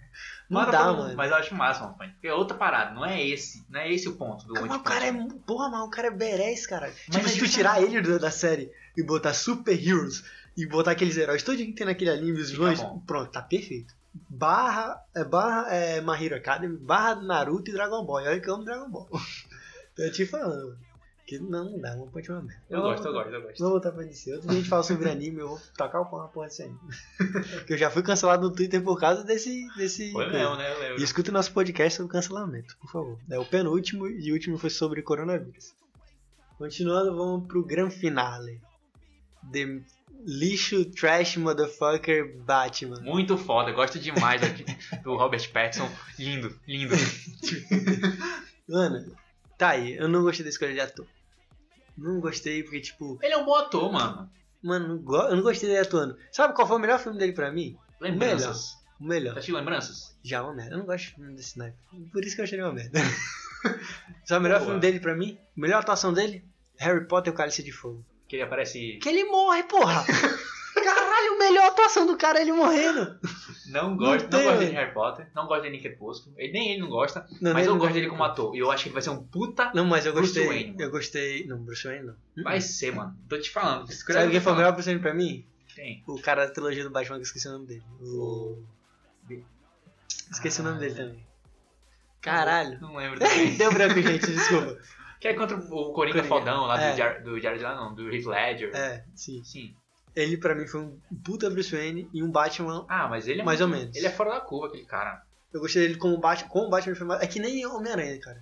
Speaker 2: Não
Speaker 1: Mata
Speaker 2: dá,
Speaker 1: todo mundo,
Speaker 2: mano.
Speaker 1: Mas eu acho massa, mano. Porque é outra parada, não é esse, não é esse o ponto do
Speaker 2: Cara, mas o
Speaker 1: One
Speaker 2: cara é.
Speaker 1: Punch Man.
Speaker 2: mu- Porra, mas o cara é berés, cara. tipo,
Speaker 1: é
Speaker 2: se tu
Speaker 1: diferente.
Speaker 2: tirar ele do- da série e botar Super Heroes e botar aqueles heróis todo dia que tem naquele anime, os
Speaker 1: Fica
Speaker 2: vilões,
Speaker 1: bom.
Speaker 2: pronto, tá perfeito. Barra, é, barra é, My Hero Academy, barra Naruto e Dragon Ball. E Olha que eu amo Dragon Ball. [LAUGHS] Tô te falando. Que não, não dá, não pode uma merda.
Speaker 1: Eu gosto, eu gosto, eu gosto.
Speaker 2: Vou voltar pra DC. Outro dia a gente fala sobre anime, eu vou tocar o pau na porra desse anime. [LAUGHS] que eu já fui cancelado no Twitter por causa desse. desse
Speaker 1: Foi
Speaker 2: coisa.
Speaker 1: mesmo, né? Eu
Speaker 2: E
Speaker 1: lembro.
Speaker 2: escuta o nosso podcast sobre cancelamento, por favor. É o penúltimo e o último foi sobre coronavírus. Continuando, vamos pro gran finale. The lixo, trash, motherfucker, Batman.
Speaker 1: Muito foda, gosto demais do- do Robert Pattinson. Lindo, lindo.
Speaker 2: Mano, tá aí, eu não gostei da escolha de ator. Não gostei porque, tipo,
Speaker 1: Ele é um bom ator, mano.
Speaker 2: mano, não go- eu não gostei dele atuando. Sabe qual foi o melhor filme dele pra mim?
Speaker 1: Lembranças.
Speaker 2: O
Speaker 1: Tá
Speaker 2: melhor.
Speaker 1: assistindo Lembranças?
Speaker 2: Já é uma merda. Eu não gosto de filme desse naipe. Por isso que eu achei ele uma merda. [LAUGHS] Sabe o melhor
Speaker 1: Boa.
Speaker 2: filme dele pra mim? Melhor atuação dele? Harry Potter e o Cálice de Fogo.
Speaker 1: Que ele aparece.
Speaker 2: Que ele morre, [LAUGHS] porra! Caralho, melhor atuação do cara é ele morrendo.
Speaker 1: Não gosto, não,
Speaker 2: tem,
Speaker 1: gosto
Speaker 2: velho.
Speaker 1: de Harry Potter, não gosto de Nick Crepúsculo. Ele, nem ele não gosta,
Speaker 2: Não,
Speaker 1: mas
Speaker 2: ele
Speaker 1: eu
Speaker 2: não
Speaker 1: gosto
Speaker 2: é-
Speaker 1: dele como ator. E eu acho que ele vai ser um puta.
Speaker 2: Não, mas eu
Speaker 1: Bruce
Speaker 2: gostei.
Speaker 1: Wayne, mano.
Speaker 2: eu gostei. Não, Bruce Wayne não.
Speaker 1: Vai ser, mano. Tô te falando.
Speaker 2: Uhum. Sabe quem foi o melhor Bruce Wayne pra mim?
Speaker 1: Quem?
Speaker 2: O cara da trilogia do Batman, que eu esqueci o nome dele. O. Esqueci o nome
Speaker 1: Ah.
Speaker 2: dele também. Caralho.
Speaker 1: Não lembro também.
Speaker 2: [LAUGHS] Deu
Speaker 1: [LAUGHS]
Speaker 2: branco, gente, desculpa.
Speaker 1: que é contra o Coringa
Speaker 2: Coringa.
Speaker 1: Fodão lá
Speaker 2: É.
Speaker 1: do Jared, do Jared lá, não, do Heath Ledger.
Speaker 2: É, sim.
Speaker 1: Sim.
Speaker 2: Ele pra mim foi um puta Bruce Wayne e um Batman.
Speaker 1: Ah, mas ele é
Speaker 2: Mais ou menos.
Speaker 1: Ele é fora da curva, aquele cara.
Speaker 2: Eu gostei dele como Batman. Como Batman foi mais- É que nem Homem-Aranha, cara.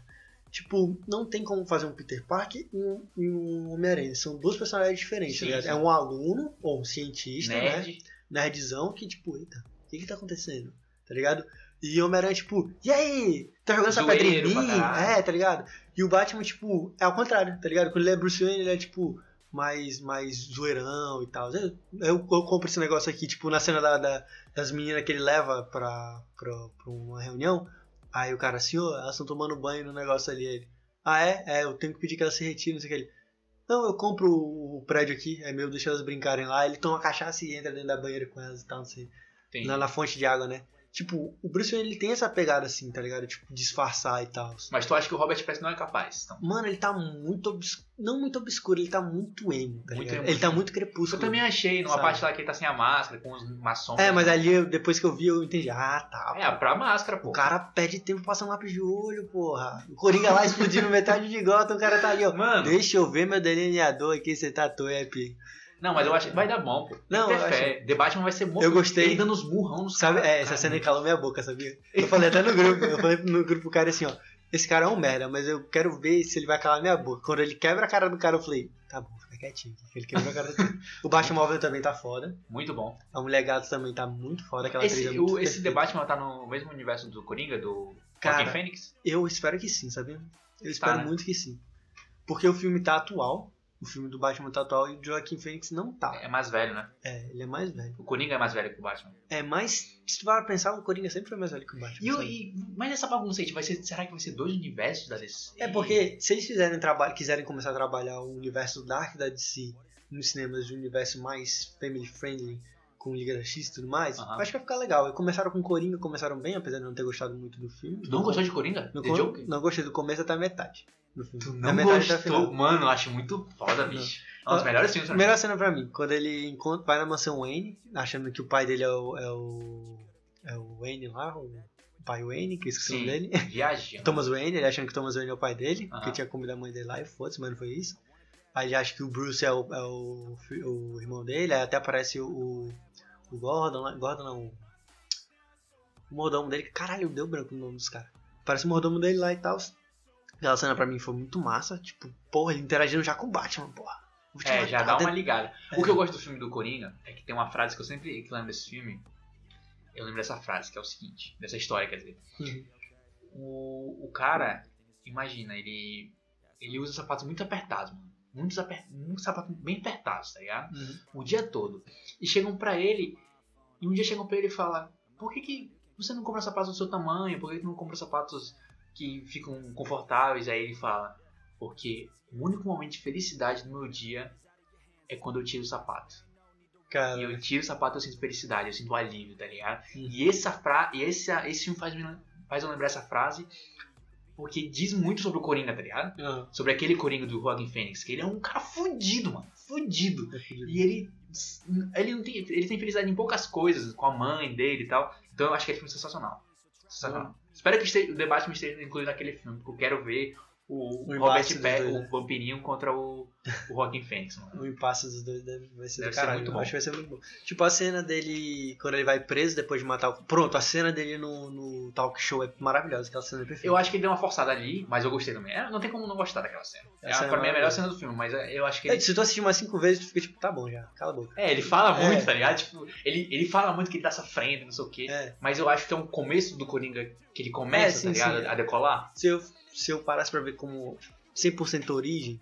Speaker 2: Tipo, não tem como fazer um Peter Parker e um, e um Homem-Aranha. São duas personalidades diferentes,
Speaker 1: Sim,
Speaker 2: tá ligado?
Speaker 1: sim.
Speaker 2: É um aluno ou um cientista, né?
Speaker 1: Nerd.
Speaker 2: Nerdzão que, tipo, eita, o que que tá acontecendo? Tá ligado? E Homem-Aranha, tipo, e aí? Tá jogando essa
Speaker 1: Zoeiro
Speaker 2: pedra em
Speaker 1: pra
Speaker 2: mim?
Speaker 1: caralho.
Speaker 2: É, tá ligado? E o Batman, tipo, é ao contrário, tá ligado? Quando ele é Bruce Wayne, ele é, tipo, mais, mais zoeirão e tal. Eu, eu compro esse negócio aqui, tipo, na cena da, da- das meninas que ele leva pra, pra, pra uma reunião. Aí o cara, assim, ó, elas estão tomando banho no negócio ali. Ele, ah, é? É, eu tenho que pedir que elas se retirem, não sei o que. Ele, não, eu compro o o prédio aqui, é meu, deixa elas brincarem lá. Ele toma cachaça e entra dentro da banheira com elas e tal, não sei
Speaker 1: Tem.
Speaker 2: na, na fonte de água, né? Tipo, o Bruce Wayne ele tem essa pegada assim, tá ligado? Tipo, disfarçar e tal.
Speaker 1: Mas tu acha que o Robert Pattinson não é capaz? Então.
Speaker 2: Mano, ele tá muito obscuro. Não muito obscuro, ele tá muito emo, tá
Speaker 1: Muito
Speaker 2: ligado?
Speaker 1: emo.
Speaker 2: Ele tá muito
Speaker 1: Eu
Speaker 2: crepúsculo.
Speaker 1: também achei, numa
Speaker 2: Sabe.
Speaker 1: parte lá que ele tá sem a máscara, com os maçons.
Speaker 2: É, mas ali eu- depois que eu vi, eu entendi. Ah, tá.
Speaker 1: É, pra máscara, pô.
Speaker 2: O cara perde tempo passando lápis de olho, porra. O Coringa
Speaker 1: [LAUGHS]
Speaker 2: lá explodindo metade de Gotham, o cara tá ali, ó.
Speaker 1: Mano,
Speaker 2: Deixa eu ver meu delineador aqui, você tá top.
Speaker 1: É não, mas eu acho que vai dar bom, pô.
Speaker 2: Não,
Speaker 1: Não,
Speaker 2: eu
Speaker 1: ter fé. The Batman vai ser muito.
Speaker 2: Eu gostei.
Speaker 1: Ele dando os murrão nos
Speaker 2: Sabe,
Speaker 1: caras,
Speaker 2: é, essa
Speaker 1: cara.
Speaker 2: cena calou minha boca, sabia? Eu falei até no grupo, eu falei no grupo pro cara assim, ó. Esse cara é um merda, mas eu quero ver se ele vai calar minha boca. Quando ele quebra a cara do cara, eu falei, tá bom, fica quietinho. Ele quebrou a cara do cara. O Baixo Móvel também tá foda.
Speaker 1: Muito bom.
Speaker 2: A Mulher Gato também tá muito foda. Aquela atriz
Speaker 1: Esse,
Speaker 2: é
Speaker 1: o-
Speaker 2: muito
Speaker 1: esse The
Speaker 2: perfeita.
Speaker 1: Batman tá no mesmo universo do Coringa, do
Speaker 2: Cara,
Speaker 1: Joaquin Phoenix?
Speaker 2: Eu espero que sim, sabia? Eu
Speaker 1: Tá,
Speaker 2: espero
Speaker 1: né?
Speaker 2: muito que sim. Porque o filme tá atual. O filme do Batman tá atual e o Joaquim Phoenix não tá.
Speaker 1: É mais velho, né?
Speaker 2: É, ele é mais velho.
Speaker 1: O Coringa é mais velho que o Batman.
Speaker 2: É mais. Se tu vai pensar, o Coringa sempre foi mais velho que o Batman.
Speaker 1: E, o-
Speaker 2: sabe?
Speaker 1: e- mas essa bagunça aí, tipo, vai ser, será que vai ser dois universos da DC?
Speaker 2: É porque se eles fizerem trabalho, quiserem começar a trabalhar o universo Dark da DC nos cinemas, o universo mais family friendly, com Liga da X e tudo mais,
Speaker 1: Aham.
Speaker 2: acho que vai ficar legal. E começaram com Coringa, começaram bem, apesar de não ter gostado muito do filme.
Speaker 1: Tu não gostou de Coringa?
Speaker 2: No
Speaker 1: The
Speaker 2: con-
Speaker 1: Joker?
Speaker 2: Não gostei do começo até a metade. do filme.
Speaker 1: Tu
Speaker 2: Da
Speaker 1: não
Speaker 2: metade até a
Speaker 1: gostou?
Speaker 2: final.
Speaker 1: Mano, eu acho muito foda, bicho. É um dos
Speaker 2: Ah,
Speaker 1: melhores filmes pra mim.
Speaker 2: Melhor cena pra mim, quando ele encontra, vai na mansão Wayne, achando que o pai dele é o. é o, é o Wayne lá, o pai Wayne, que eu esqueci o
Speaker 1: Sim,
Speaker 2: nome dele.
Speaker 1: viajando.
Speaker 2: Thomas Wayne, ele achando que Thomas Wayne é o pai dele,
Speaker 1: Aham.
Speaker 2: porque tinha comido a mãe dele lá e foda-se, mas não foi isso. Aí ele acha que o Bruce é o, é o fi- o irmão dele, aí até aparece o, o- o Gordon lá, Gordon não, o- o mordomo dele, caralho, deu branco o nome dos caras. Aparece o mordomo dele lá e tal. Aquela cena pra mim foi muito massa, tipo, porra, ele interagindo já com o Batman, porra. Vou te
Speaker 1: É, já
Speaker 2: matar,
Speaker 1: dá uma
Speaker 2: né?
Speaker 1: ligada. O que eu gosto do filme do Coringa é que tem uma frase que eu sempre que lembro desse filme. Eu lembro dessa frase, que é o seguinte, dessa história, quer dizer.
Speaker 2: Uhum.
Speaker 1: O, o cara, imagina, ele. Ele usa sapatos muito apertados, mano. Muitos aper, muito sapato bem apertados, tá ligado?
Speaker 2: Uhum.
Speaker 1: O dia todo. E chegam pra ele, e um dia chegam pra ele e falam, por que, que você não compra sapatos do seu tamanho? Por que, que não compra sapatos que ficam confortáveis? Aí ele fala, porque o único momento de felicidade do meu dia é quando eu tiro o sapato.
Speaker 2: Cara,
Speaker 1: E eu tiro o sapato, eu sinto felicidade, eu sinto alívio, tá ligado? E essa fra e esse, esse filme faz, me lem- faz eu lembrar essa frase, porque diz muito sobre o Coringa, tá ligado?
Speaker 2: Aham.
Speaker 1: Sobre aquele Coringa do Joaquin Phoenix, que ele é um cara fudido, mano, É fudido. E ele, ele, não tem, ele tem felicidade em poucas coisas, com a mãe dele e tal. Então eu acho que é um filme sensacional. Sensacional. Espero que esteja- o debate me esteja incluído naquele filme, porque eu quero ver o,
Speaker 2: O
Speaker 1: Robert
Speaker 2: embate dos
Speaker 1: Pattinson,
Speaker 2: dois,
Speaker 1: o Vampirinho contra o, o Joaquin Phoenix, [LAUGHS] mano.
Speaker 2: O impasse dos dois deve, vai ser
Speaker 1: Deve
Speaker 2: do
Speaker 1: ser
Speaker 2: caralho.
Speaker 1: muito
Speaker 2: eu
Speaker 1: bom.
Speaker 2: Acho que vai ser muito bom. Tipo, a cena dele, quando ele vai preso depois de matar o. Pronto, a cena dele no, no talk show é maravilhosa. Aquela cena é perfeita.
Speaker 1: Eu acho que ele deu uma forçada ali, mas eu gostei também. É, Não tem como não gostar daquela cena.
Speaker 2: Essa
Speaker 1: É,
Speaker 2: é
Speaker 1: pra mim é a
Speaker 2: maravilhosa.
Speaker 1: melhor cena do filme, mas eu acho que
Speaker 2: É,
Speaker 1: ele.
Speaker 2: se tu assistir mais cinco vezes, tu fica tipo, tá bom já, cala a boca.
Speaker 1: É, ele fala muito,
Speaker 2: É.
Speaker 1: tá ligado? Tipo, ele, ele fala muito que ele tá sofrendo, não sei o quê.
Speaker 2: É.
Speaker 1: Mas eu acho que é um começo do Coringa que ele
Speaker 2: É,
Speaker 1: começa,
Speaker 2: sim,
Speaker 1: tá ligado?
Speaker 2: sim.
Speaker 1: A decolar.
Speaker 2: Se eu, se eu parasse pra ver como 100% origem,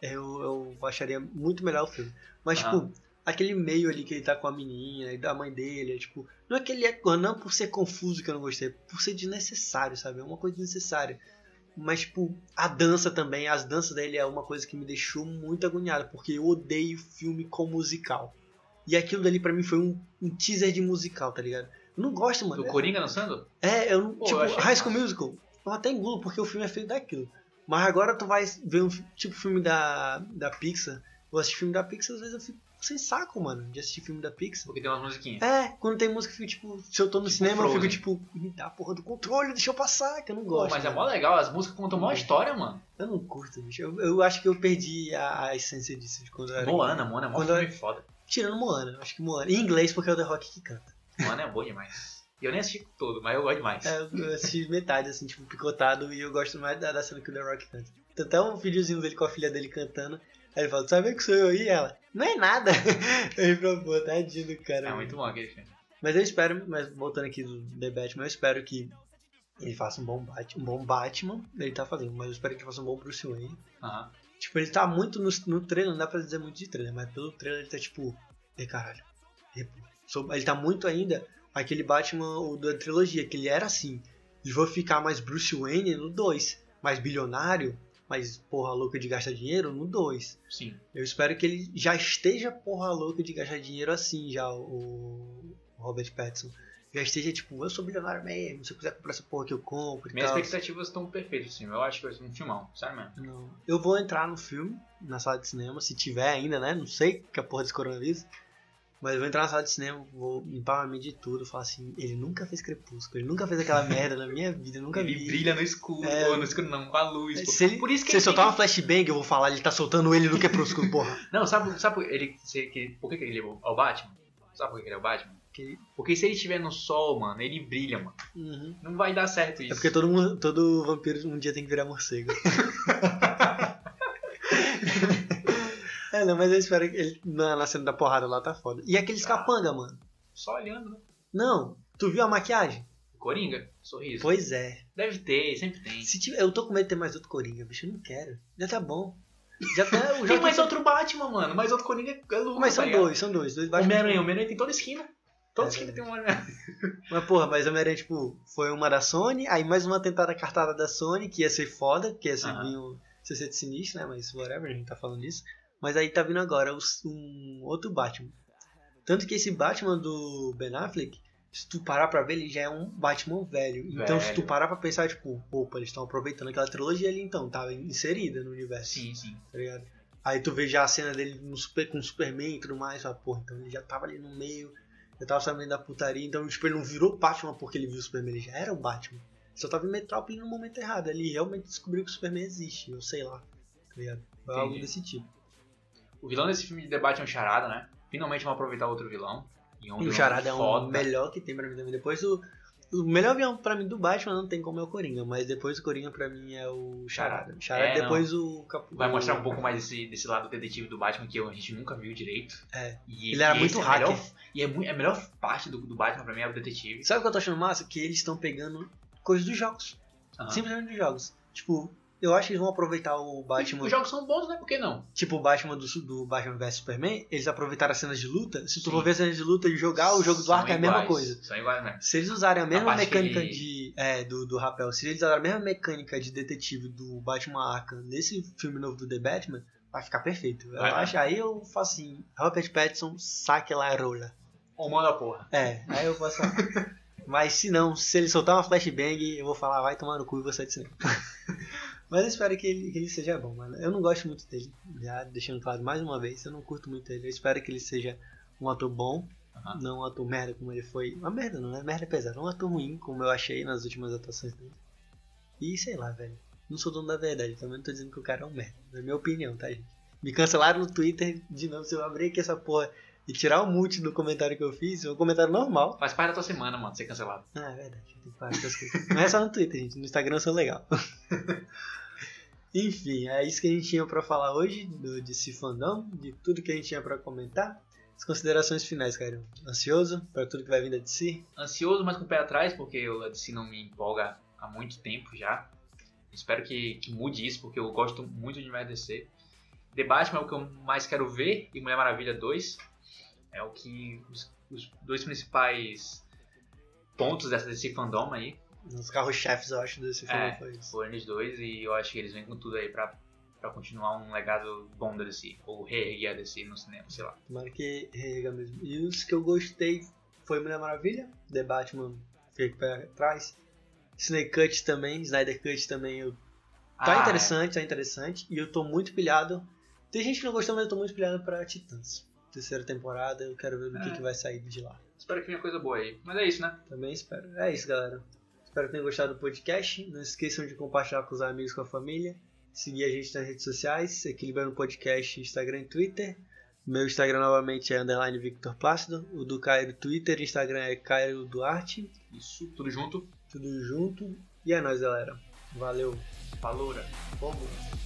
Speaker 2: eu, eu acharia muito melhor o filme. Mas,
Speaker 1: Aham.
Speaker 2: tipo, aquele meio ali que ele tá com a menininha e da mãe dele, é, tipo, não é que ele é, não por ser confuso que eu não gostei, é por ser desnecessário, sabe? É uma coisa desnecessária. Mas, tipo, a dança também, as danças dele é uma coisa que me deixou muito agoniado, porque eu odeio filme com musical. E aquilo dali pra mim foi um, um teaser de musical, tá ligado? Eu não gosto, mano.
Speaker 1: Do Coringa dançando?
Speaker 2: É, eu não.
Speaker 1: Pô,
Speaker 2: tipo,
Speaker 1: eu achei
Speaker 2: High School Musical, eu até engulo porque o filme é feito daquilo. Mas agora tu vai ver um fi- tipo filme da, da Pixar. Eu assisto filme da Pixar, às vezes eu fico sem saco, mano, de assistir filme da Pixar.
Speaker 1: Porque tem umas musiquinhas.
Speaker 2: É, quando tem música, eu fico tipo, se eu tô no
Speaker 1: Tipo
Speaker 2: cinema, eu
Speaker 1: Frozen.
Speaker 2: fico tipo, me dá a porra do controle, deixa eu passar, que eu não
Speaker 1: Pô,
Speaker 2: gosto.
Speaker 1: mas é
Speaker 2: mano.
Speaker 1: mó legal, as músicas contam mó história, mano.
Speaker 2: Eu não curto, bicho. Eu, eu acho que eu perdi a, a essência disso de quando eu era.
Speaker 1: Moana, Moana é mó
Speaker 2: Quando eu-
Speaker 1: filme foda.
Speaker 2: Tirando Moana, acho que Moana. Em inglês, porque é o The Rock que canta.
Speaker 1: Moana é boa demais. E eu nem assisti todo, mas eu gosto demais.
Speaker 2: É, eu assisti metade, assim, tipo, picotado, e eu gosto mais da, da cena que o The Rock canta. Tem até um videozinho dele com a filha dele cantando. Aí ele fala, sabe que sou eu? E ela, não é nada. [LAUGHS] Aí pra pô, tadinho do cara.
Speaker 1: É
Speaker 2: mano.
Speaker 1: muito bom aquele filme.
Speaker 2: Mas eu espero, mas voltando aqui do The Batman, eu espero que ele faça um bom Batman. Um bom Batman, ele tá fazendo, mas eu espero que ele faça um bom Bruce Wayne.
Speaker 1: Aham.
Speaker 2: Tipo, ele tá muito no, no trailer, não dá pra dizer muito de trailer, mas pelo trailer ele tá tipo, e caralho. e- sou- Ele tá muito ainda aquele Batman o da trilogia, que ele era assim. E vou ficar mais Bruce Wayne no 2, mais bilionário, mais porra louca de gastar dinheiro no 2.
Speaker 1: Sim.
Speaker 2: Eu espero que ele já esteja porra louca de gastar dinheiro assim já, o, o Robert Pattinson. Já esteja tipo, eu sou bilionário mesmo, se eu quiser comprar essa porra que eu compro e
Speaker 1: Minhas
Speaker 2: tal.
Speaker 1: expectativas estão perfeitas, assim. Eu acho que vai ser um filmão, sério mesmo.
Speaker 2: Não. Eu vou entrar no filme, na sala de cinema, se tiver ainda, né? Não sei que a porra desse coronavírus. Mas eu vou entrar na sala de cinema, vou limpar a mente de tudo, falar assim, ele nunca fez crepúsculo, ele nunca fez aquela [LAUGHS] merda na minha vida, eu nunca
Speaker 1: ele
Speaker 2: vi.
Speaker 1: brilha no escuro,
Speaker 2: É.
Speaker 1: ou no escuro não, com a luz. pô.
Speaker 2: Se ele,
Speaker 1: Por isso que
Speaker 2: se ele
Speaker 1: ele
Speaker 2: soltar
Speaker 1: tem-
Speaker 2: uma flashbang, eu vou falar, ele tá soltando ele no crepúsculo, porra. [LAUGHS]
Speaker 1: Não, sabe, sabe ele, se, que, por que que ele é o é o Batman? Sabe por que que ele é o Batman?
Speaker 2: Que-
Speaker 1: Porque se ele estiver no sol, mano, ele brilha, mano.
Speaker 2: Uhum.
Speaker 1: Não vai dar certo isso.
Speaker 2: É porque todo, mu- todo vampiro um dia tem que virar morcego. [LAUGHS] é, não, mas eu espero que ele, na, na cena da porrada lá tá foda. E aqueles
Speaker 1: Tá.
Speaker 2: capanga, mano.
Speaker 1: Só olhando, né?
Speaker 2: Não, tu viu a maquiagem?
Speaker 1: Coringa, sorriso.
Speaker 2: Pois é.
Speaker 1: Deve ter, sempre tem.
Speaker 2: Se tiver- eu tô com medo de ter mais outro Coringa, bicho, eu não quero. Já tá bom. Já tá, o
Speaker 1: Tem
Speaker 2: Jordan
Speaker 1: mais outro Batman, mano. Mais outro Coringa é louco.
Speaker 2: Mas
Speaker 1: tá
Speaker 2: são
Speaker 1: ligado?
Speaker 2: dois, são dois. Dois Batman.
Speaker 1: Homem-Aranha. Homem-Aranha tem toda esquina. Toda
Speaker 2: É
Speaker 1: esquina tem um Homem-Aranha.
Speaker 2: Mas porra, mas Homem-Aranha, tipo, foi uma da Sony, aí mais uma tentada cartada da Sony, que ia ser foda, que ia ser
Speaker 1: Aham.
Speaker 2: vir o CC de Sinistro, né? Mas whatever, a gente tá falando disso. Mas aí tá vindo agora os- um outro Batman. Tanto que esse Batman do Ben Affleck, se tu parar pra ver, ele já é um Batman velho. Então se tu
Speaker 1: Velho.
Speaker 2: parar pra pensar, tipo, opa, eles estão aproveitando aquela trilogia ali então, tava inserida no universo,
Speaker 1: Sim, sim.
Speaker 2: tá ligado? Aí tu vê já a cena dele no super, com o Superman e tudo mais, fala, porra, então ele já tava ali no meio, já tava sabendo da putaria, então tipo, ele não virou Batman porque ele viu o Superman, ele já era o Batman. Só tava em Metrópole no momento errado, ele realmente descobriu que o Superman existe, eu sei lá, tá ligado? Foi algo
Speaker 1: Entendi.
Speaker 2: desse tipo.
Speaker 1: O vilão desse filme de debate é um charada, né? Finalmente vão aproveitar outro vilão. E um
Speaker 2: E o
Speaker 1: vilão
Speaker 2: Charada é
Speaker 1: foda.
Speaker 2: o melhor que tem pra mim também. Depois o. O melhor avião pra mim do Batman não tem como é o Coringa, mas depois o Coringa pra mim é o Charada. O Charada
Speaker 1: É,
Speaker 2: depois o Capu.
Speaker 1: Vai mostrar um pouco mais desse, desse lado detetive do Batman que a gente nunca viu direito.
Speaker 2: É.
Speaker 1: E,
Speaker 2: Ele era
Speaker 1: e
Speaker 2: muito
Speaker 1: esse é a
Speaker 2: hacker.
Speaker 1: melhor- E é mui- a melhor parte do, do Batman pra mim é o detetive.
Speaker 2: Sabe o que eu tô achando massa? Que eles estão pegando coisas dos jogos.
Speaker 1: Aham.
Speaker 2: Simplesmente dos jogos. Tipo, eu acho que eles vão aproveitar o Batman.
Speaker 1: Os jogos são bons, né? Por que não?
Speaker 2: Tipo, o Batman do, do Batman vs Superman, eles aproveitaram as cenas de luta. Se tu
Speaker 1: Sim.
Speaker 2: for ver as cenas de luta e jogar o jogo do
Speaker 1: São
Speaker 2: Arkham é a mesma
Speaker 1: iguais,
Speaker 2: coisa.
Speaker 1: São iguais, né?
Speaker 2: Se eles usarem a mesma
Speaker 1: parte que
Speaker 2: mecânica
Speaker 1: ele-
Speaker 2: de, é, do, do rapel, se eles usarem a mesma mecânica de detetive do Batman Arkham nesse filme novo do The Batman, vai ficar perfeito. Eu
Speaker 1: Vai, vai.
Speaker 2: acho, aí eu faço assim, Robert Pattinson, saque lá a rola.
Speaker 1: Ou manda porra.
Speaker 2: É, aí eu faço Mas se não, se ele soltar uma flashbang, eu vou falar, vai tomar no cu e vou sair de cinema. [LAUGHS] Mas eu espero que ele, que ele seja bom, mano. Eu não gosto muito dele, já deixando claro mais uma vez, eu não curto muito ele. Eu espero que ele seja um ator bom,
Speaker 1: Aham.
Speaker 2: não um ator merda como ele foi. Uma merda não, né? Merda é pesada. Um ator ruim, como eu achei nas últimas atuações dele. E sei lá, velho. Não sou dono da verdade, também não tô dizendo que o cara é um merda. É minha opinião, tá, gente? Me cancelaram no Twitter de novo, se eu abrir aqui essa porra e tirar o multi do comentário que eu fiz, é um comentário normal.
Speaker 1: Faz parte da tua semana, mano, ser cancelado.
Speaker 2: Ah, é verdade. Tem que parar com essas coisas. Não é só no Twitter, gente. No Instagram eu sou legal. [LAUGHS] Enfim, é isso que a gente tinha pra falar hoje do, desse fandom, de tudo que a gente tinha pra comentar. As considerações finais, cara. Ansioso pra tudo que vai vir da DC?
Speaker 1: Ansioso, mas com o pé atrás, porque o DC não me empolga há muito tempo já. Espero que, que mude isso, porque eu gosto muito de DC. The Batman é o que eu mais quero ver, e Mulher Maravilha 2 é o que os, os dois principais pontos dessa DC fandom aí
Speaker 2: Os carros-chefes, eu acho, desse filme
Speaker 1: É.
Speaker 2: foi isso.
Speaker 1: foram eles dois, e eu acho que eles vêm com tudo aí pra, pra continuar um legado bom da DC, ou reerguer a DC no cinema, sei lá.
Speaker 2: Tomara que reega mesmo. E os que eu gostei foi Mulher Maravilha, The Batman, fiquei pra trás. Snake Cut também, Snyder Cut também eu Tá
Speaker 1: Ah,
Speaker 2: interessante, tá interessante. E eu tô muito pilhado. Tem gente que não gostou, mas eu tô muito pilhado pra Titãs. Terceira temporada, eu quero ver o que,
Speaker 1: É.
Speaker 2: que vai sair de lá.
Speaker 1: é. Espero que venha coisa boa aí. Mas é isso, né?
Speaker 2: Também espero. É isso, galera. Espero que tenham gostado do podcast. Não esqueçam de compartilhar com os amigos, com a família. Seguir a gente nas redes sociais, Equilibrando Podcast, Instagram e Twitter. Meu Instagram novamente é underline Victor Plácido. O do Cairo Twitter, Instagram é Cairo Duarte.
Speaker 1: Isso, tudo junto.
Speaker 2: Tudo junto. E é nóis, galera. Valeu.
Speaker 1: Falou, né?
Speaker 2: Vamos.